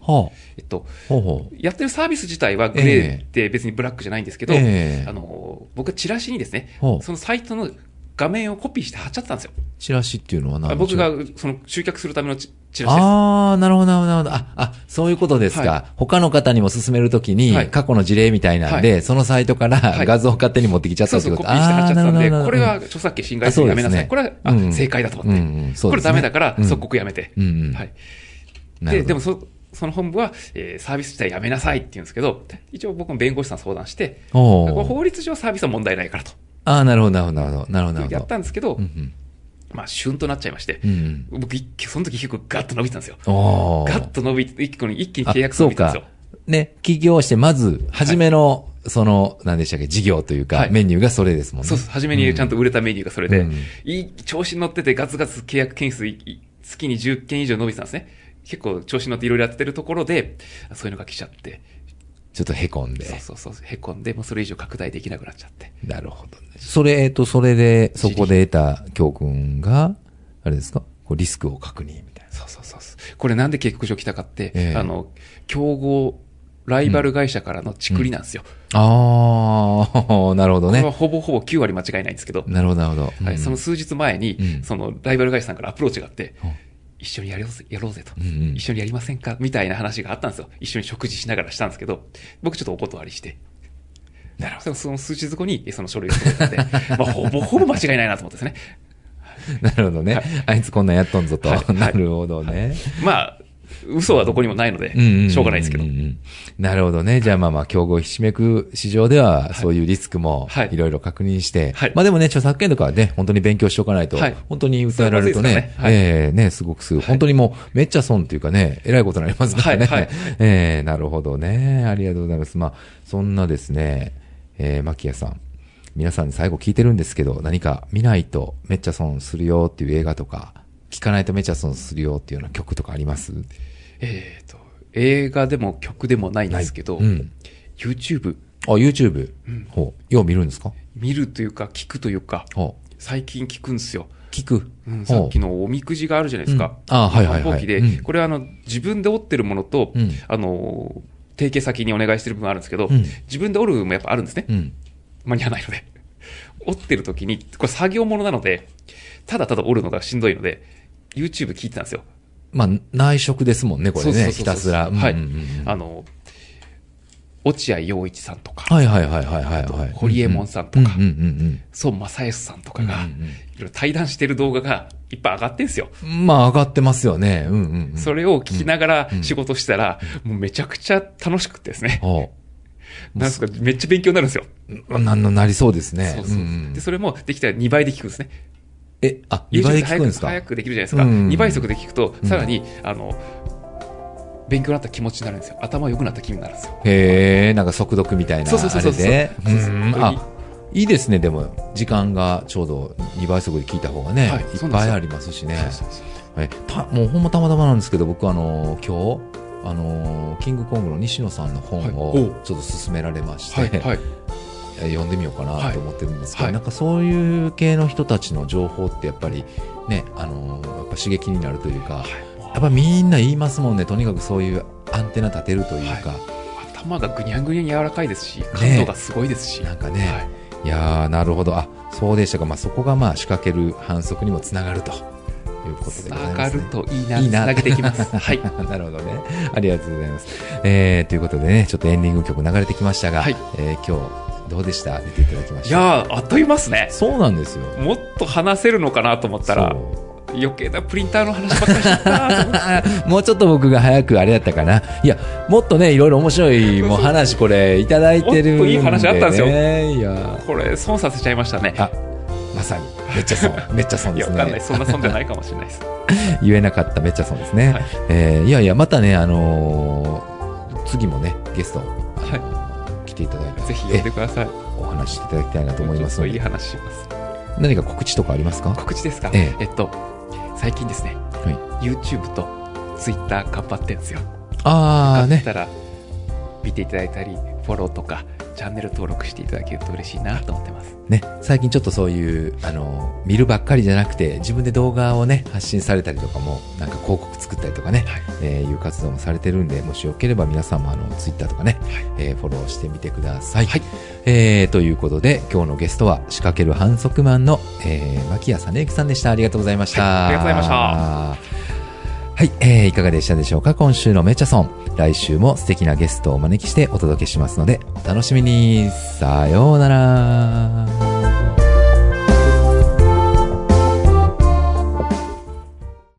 [SPEAKER 1] ほう。は
[SPEAKER 2] えっと、
[SPEAKER 1] あ、ほうほう。
[SPEAKER 2] やってるサービス自体はグレーで別にブラックじゃないんですけど、
[SPEAKER 1] ええ
[SPEAKER 2] あの、僕はチラシにですね、
[SPEAKER 1] ほう
[SPEAKER 2] そのサイトの画面をコピーして貼っちゃってたんですよ。
[SPEAKER 1] チラシっていうのは何
[SPEAKER 2] あ
[SPEAKER 1] の
[SPEAKER 2] 僕がその集客するためのチチラシです。
[SPEAKER 1] ああ、なるほど、なるほど、なるほど。あ、あ、そういうことですか。
[SPEAKER 2] は
[SPEAKER 1] 他の方にも勧めるときに、
[SPEAKER 2] はい
[SPEAKER 1] 過去の事例みたいなんで、そのサイトから、
[SPEAKER 2] はい
[SPEAKER 1] 画像を勝手に持ってきちゃった
[SPEAKER 2] そう
[SPEAKER 1] って
[SPEAKER 2] そう、
[SPEAKER 1] こ
[SPEAKER 2] コ
[SPEAKER 1] と
[SPEAKER 2] ピーして貼っちゃったんで、
[SPEAKER 1] あーなるほどなるほど
[SPEAKER 2] これは著作権侵害するのやめなさい。
[SPEAKER 1] あ
[SPEAKER 2] こ
[SPEAKER 1] そう
[SPEAKER 2] れ
[SPEAKER 1] です
[SPEAKER 2] は
[SPEAKER 1] ね、
[SPEAKER 2] あ
[SPEAKER 1] うん
[SPEAKER 2] 正解だと思
[SPEAKER 1] う
[SPEAKER 2] っ
[SPEAKER 1] ん
[SPEAKER 2] て。
[SPEAKER 1] うん、そうで
[SPEAKER 2] これ
[SPEAKER 1] すね。
[SPEAKER 2] ダメだから、
[SPEAKER 1] うん
[SPEAKER 2] 即刻やめて。
[SPEAKER 1] うんうん
[SPEAKER 2] はい。
[SPEAKER 1] なるほ
[SPEAKER 2] で、
[SPEAKER 1] ど
[SPEAKER 2] でもそ、その本部は、えーサービス自体やめなさいって言うんですけど、一応僕も弁護士さん相談して、
[SPEAKER 1] お
[SPEAKER 2] これ
[SPEAKER 1] ー
[SPEAKER 2] 法律上サービスは問題ないからと。
[SPEAKER 1] ああ、なるほど、なるほど、なるほど、なるほど、なる
[SPEAKER 2] や
[SPEAKER 1] ほ
[SPEAKER 2] っ
[SPEAKER 1] ど。
[SPEAKER 2] たんですけど、
[SPEAKER 1] うん
[SPEAKER 2] まあ、旬となっちゃいまして
[SPEAKER 1] うん、う、ん
[SPEAKER 2] 僕一気、その時結構ガッと伸びてたんですよ。
[SPEAKER 1] うん。おー
[SPEAKER 2] ガッと伸びて、一気に、一気に
[SPEAKER 1] あ
[SPEAKER 2] 契約
[SPEAKER 1] そ
[SPEAKER 2] 伸
[SPEAKER 1] う
[SPEAKER 2] びたん
[SPEAKER 1] か
[SPEAKER 2] ですよ。。
[SPEAKER 1] ね、起業して、まず、初めの、その、何でしたっけ、事業というか、
[SPEAKER 2] はい
[SPEAKER 1] メニューがそれですもんね。
[SPEAKER 2] そうそう、初めにちゃんと売れたメニューがそれで、
[SPEAKER 1] うん
[SPEAKER 2] いい、調子に乗っててガツガツ契約件数い、い月に10件以上伸びてたんですね。結構調子に乗っていろいろやってるところで、そういうのが来ちゃって、
[SPEAKER 1] ちょっと凹んで。
[SPEAKER 2] そうそうそう、へこんで、もうそれ以上拡大できなくなっちゃって。
[SPEAKER 1] なるほどね。それ、えっと、それで、そこで得た教訓が、あれですかこうリスクを確認みたい
[SPEAKER 2] そうそうそうそう。これなんで結局上来たかって、
[SPEAKER 1] ええ
[SPEAKER 2] あの、競合、ライバル会社からのチクリなんですよ。
[SPEAKER 1] な。ああ、なるほど
[SPEAKER 2] これは
[SPEAKER 1] ね。
[SPEAKER 2] ほぼほぼ9割間違いないんですけど、
[SPEAKER 1] なるほど、なるほど。
[SPEAKER 2] はい、その数日前に、
[SPEAKER 1] うん
[SPEAKER 2] そのライバル会社さんからアプローチがあって、
[SPEAKER 1] うん
[SPEAKER 2] 一緒にやろうぜやろうぜと、
[SPEAKER 1] うんうん
[SPEAKER 2] 一緒にやりませんかみたいな話があったんですよ。一緒に食事しながらしたんですけど、僕ちょっとお断りして。なるほど。その数日後にその書類が届いたんで、 [LAUGHS] まあ、ほぼほぼ間違いないなと思ってですね。
[SPEAKER 1] [LAUGHS] なるほどね。あいつこんなんやっとんぞと
[SPEAKER 2] は。い
[SPEAKER 1] なるほどね。
[SPEAKER 2] まあ、嘘はどこにもないので、
[SPEAKER 1] んんんん
[SPEAKER 2] しょうがないですけど
[SPEAKER 1] うんう。んなるほどね。じゃあまあまあ、競合ひしめく市場では、そういうリスクも
[SPEAKER 2] はい、
[SPEAKER 1] いろいろ確認して
[SPEAKER 2] はい。
[SPEAKER 1] まあでもね、著作権とかはね、本当に勉強しておかないと
[SPEAKER 2] はい、
[SPEAKER 1] 本当に訴えられると
[SPEAKER 2] そうい
[SPEAKER 1] ね、
[SPEAKER 2] うことですよねはい
[SPEAKER 1] ええ、ね、すごくすぐ、本当にもう、めっちゃ損っていうかね、えらいことになりますからね
[SPEAKER 2] はいはい。
[SPEAKER 1] [LAUGHS] ええ、なるほどね。ありがとうございます。まあ、そんなですね、えー、マキヤさん。皆さんに最後聞いてるんですけど、何か見ないとめっちゃ損するよっていう映画とか、聞かないとめっちゃ損するよっていうような曲とかあります
[SPEAKER 2] えっと、映画でも曲でもないんですけど、
[SPEAKER 1] うん。
[SPEAKER 2] YouTube
[SPEAKER 1] あ、YouTube。ほう。よう見るんですか
[SPEAKER 2] 見るというか聞くというか、
[SPEAKER 1] ほ
[SPEAKER 2] 最近聞くんですよ。
[SPEAKER 1] う。聞く。
[SPEAKER 2] うん、さっき
[SPEAKER 1] の。
[SPEAKER 2] のおみくじがあるじゃないですか。
[SPEAKER 1] うんあはいはいはい
[SPEAKER 2] 繁忙期で、
[SPEAKER 1] うん
[SPEAKER 2] これはあの、自分で折ってるものと、
[SPEAKER 1] うん
[SPEAKER 2] あの、提携先にお願いしてる部分あるんですけど、
[SPEAKER 1] うん
[SPEAKER 2] 自分で折る部分もやっぱあるんですね。
[SPEAKER 1] うん。
[SPEAKER 2] 間に合わないので。 [LAUGHS] 折ってる時に、これ作業ものなので、ただただ折るのがしんどいので、YouTube 聞いてたんですよ。
[SPEAKER 1] まあ、内職ですもんね、これ
[SPEAKER 2] そうそう
[SPEAKER 1] ね。
[SPEAKER 2] そうそ
[SPEAKER 1] ひ
[SPEAKER 2] う
[SPEAKER 1] たすら。うんうんうん
[SPEAKER 2] はい
[SPEAKER 1] うん。
[SPEAKER 2] あの、落合陽一さんとか、
[SPEAKER 1] はいはいはいはいはい
[SPEAKER 2] あと
[SPEAKER 1] はい。
[SPEAKER 2] ホリエモンさんとか
[SPEAKER 1] うんうんうん
[SPEAKER 2] 孫正義さんとかが、
[SPEAKER 1] うんうんうん
[SPEAKER 2] いろいろ対談してる動画がいっぱい上がってんですよ。
[SPEAKER 1] うん。まあ、上がってますよね。うんうんうん。
[SPEAKER 2] それを聞きながら仕事したら、もうめちゃくちゃ楽しくてですね。
[SPEAKER 1] ほ
[SPEAKER 2] なんですか、めっちゃ勉強になるんですよ。
[SPEAKER 1] う。なんのなりそうですね。
[SPEAKER 2] そうそう
[SPEAKER 1] うんうん
[SPEAKER 2] で、それもできたら2倍で聞くんですね。
[SPEAKER 1] え、あ、2倍で聞くんです
[SPEAKER 2] YouTube
[SPEAKER 1] か
[SPEAKER 2] 早く早くできるじゃないですか。
[SPEAKER 1] うん
[SPEAKER 2] 2倍速で聞くと、さらに、あの、勉強になった気持ちになるんですよ。頭良くなった気になるんですよ。
[SPEAKER 1] へえ、なんか速読みたいな。
[SPEAKER 2] そうそうそうそう
[SPEAKER 1] あれで。う。
[SPEAKER 2] そうそうそうん
[SPEAKER 1] あ、いいですね、でも。時間がちょうど2倍速で聞いた方がね。
[SPEAKER 2] はい
[SPEAKER 1] い
[SPEAKER 2] そう
[SPEAKER 1] っ
[SPEAKER 2] なんです
[SPEAKER 1] ぱい
[SPEAKER 2] よ
[SPEAKER 1] ありますしね。
[SPEAKER 2] そうそうそう
[SPEAKER 1] えたもうほんまたまたまなんですけど僕あの今日あのキングコングの西野さんの本
[SPEAKER 2] はいお
[SPEAKER 1] を
[SPEAKER 2] う
[SPEAKER 1] ちょっと勧められまして、
[SPEAKER 2] はい、はい。
[SPEAKER 1] え読んでみようかなと思ってるんですけど、
[SPEAKER 2] はい
[SPEAKER 1] なんかそういう系の人たちの情報ってやっぱりねあのやっぱ刺激になるというか、やっぱみんな言いますもんねとにかくそういうアンテナ立てるというか、
[SPEAKER 2] 頭がぐにゃぐにゃに柔らかいですし、感度がすごいですし。
[SPEAKER 1] なんかね
[SPEAKER 2] はい
[SPEAKER 1] い、やーなるほどあそうでしたか、まあ、そこがまあ仕掛ける反則にもつながるということで
[SPEAKER 2] つ
[SPEAKER 1] ご
[SPEAKER 2] な
[SPEAKER 1] ざいま
[SPEAKER 2] が
[SPEAKER 1] す、
[SPEAKER 2] る
[SPEAKER 1] ね。
[SPEAKER 2] といいな、
[SPEAKER 1] いい
[SPEAKER 2] つ
[SPEAKER 1] な
[SPEAKER 2] なげていきます。はい。
[SPEAKER 1] [LAUGHS] なるほどね。ありがとうございます。えー、ということでね、ちょっとエンディング曲流れてきましたが、
[SPEAKER 2] はい
[SPEAKER 1] えー今日どうでした出ていただきまし
[SPEAKER 2] い
[SPEAKER 1] た。
[SPEAKER 2] やー、あっという間っすね。
[SPEAKER 1] そうなんですよ。
[SPEAKER 2] もっと話せるのかなと思ったら、
[SPEAKER 1] そう
[SPEAKER 2] 余計なプリンターの話ばっかりしちゃったなと思って。
[SPEAKER 1] あもうちょっと僕が早くあれやったかな。いや、もっとね、いろいろ面白い、もう話これいただいてるんで、ね。
[SPEAKER 2] もっといい話あったんですよ
[SPEAKER 1] い [LAUGHS] や、
[SPEAKER 2] これ、損させちゃいましたね。
[SPEAKER 1] あ、まさに、めっちゃ
[SPEAKER 2] [LAUGHS]
[SPEAKER 1] 損。めっちゃ損
[SPEAKER 2] い
[SPEAKER 1] で
[SPEAKER 2] や、
[SPEAKER 1] す
[SPEAKER 2] わ
[SPEAKER 1] ね。
[SPEAKER 2] かんない。そんな損じゃないかもしれないです。
[SPEAKER 1] 言えなかっためっちゃ損ですね、
[SPEAKER 2] はい
[SPEAKER 1] いえーいやいやまたねあのー次もねゲスト、あのー来ていただいて
[SPEAKER 2] ぜひ呼んでください。
[SPEAKER 1] お話ししていただきたいなと思いますの
[SPEAKER 2] ちょっといい
[SPEAKER 1] で
[SPEAKER 2] 話します。
[SPEAKER 1] 何か告知とかありますか
[SPEAKER 2] 告知ですか、
[SPEAKER 1] え
[SPEAKER 2] えっと、最近ですね、
[SPEAKER 1] はい
[SPEAKER 2] YouTube と Twitter 頑張ってるんですよ。
[SPEAKER 1] ああ
[SPEAKER 2] よかっ
[SPEAKER 1] ね。
[SPEAKER 2] たら見ていただいたり、フォローとかチャンネル登録していただけると嬉しいなと思ってます。
[SPEAKER 1] ね。最近ちょっとそういう、あの、見るばっかりじゃなくて、自分で動画をね、発信されたりとかも、なんか広告作ったりとかね、
[SPEAKER 2] はい
[SPEAKER 1] えーいう活動もされてるんで、もしよければ皆さんもあの、ツイッターとかね、えーフォローしてみてください。
[SPEAKER 2] はい
[SPEAKER 1] えーということで、今日のゲストは、仕掛ける反則マンの、えー、脇谷さねゆきさんでした。ありがとうございました。
[SPEAKER 2] はいありがとうございました
[SPEAKER 1] はい、えー、いかがでしたでしょうか今週のめちゃソン。来週も素敵なゲストをお招きしてお届けしますので、お楽しみに。さようなら。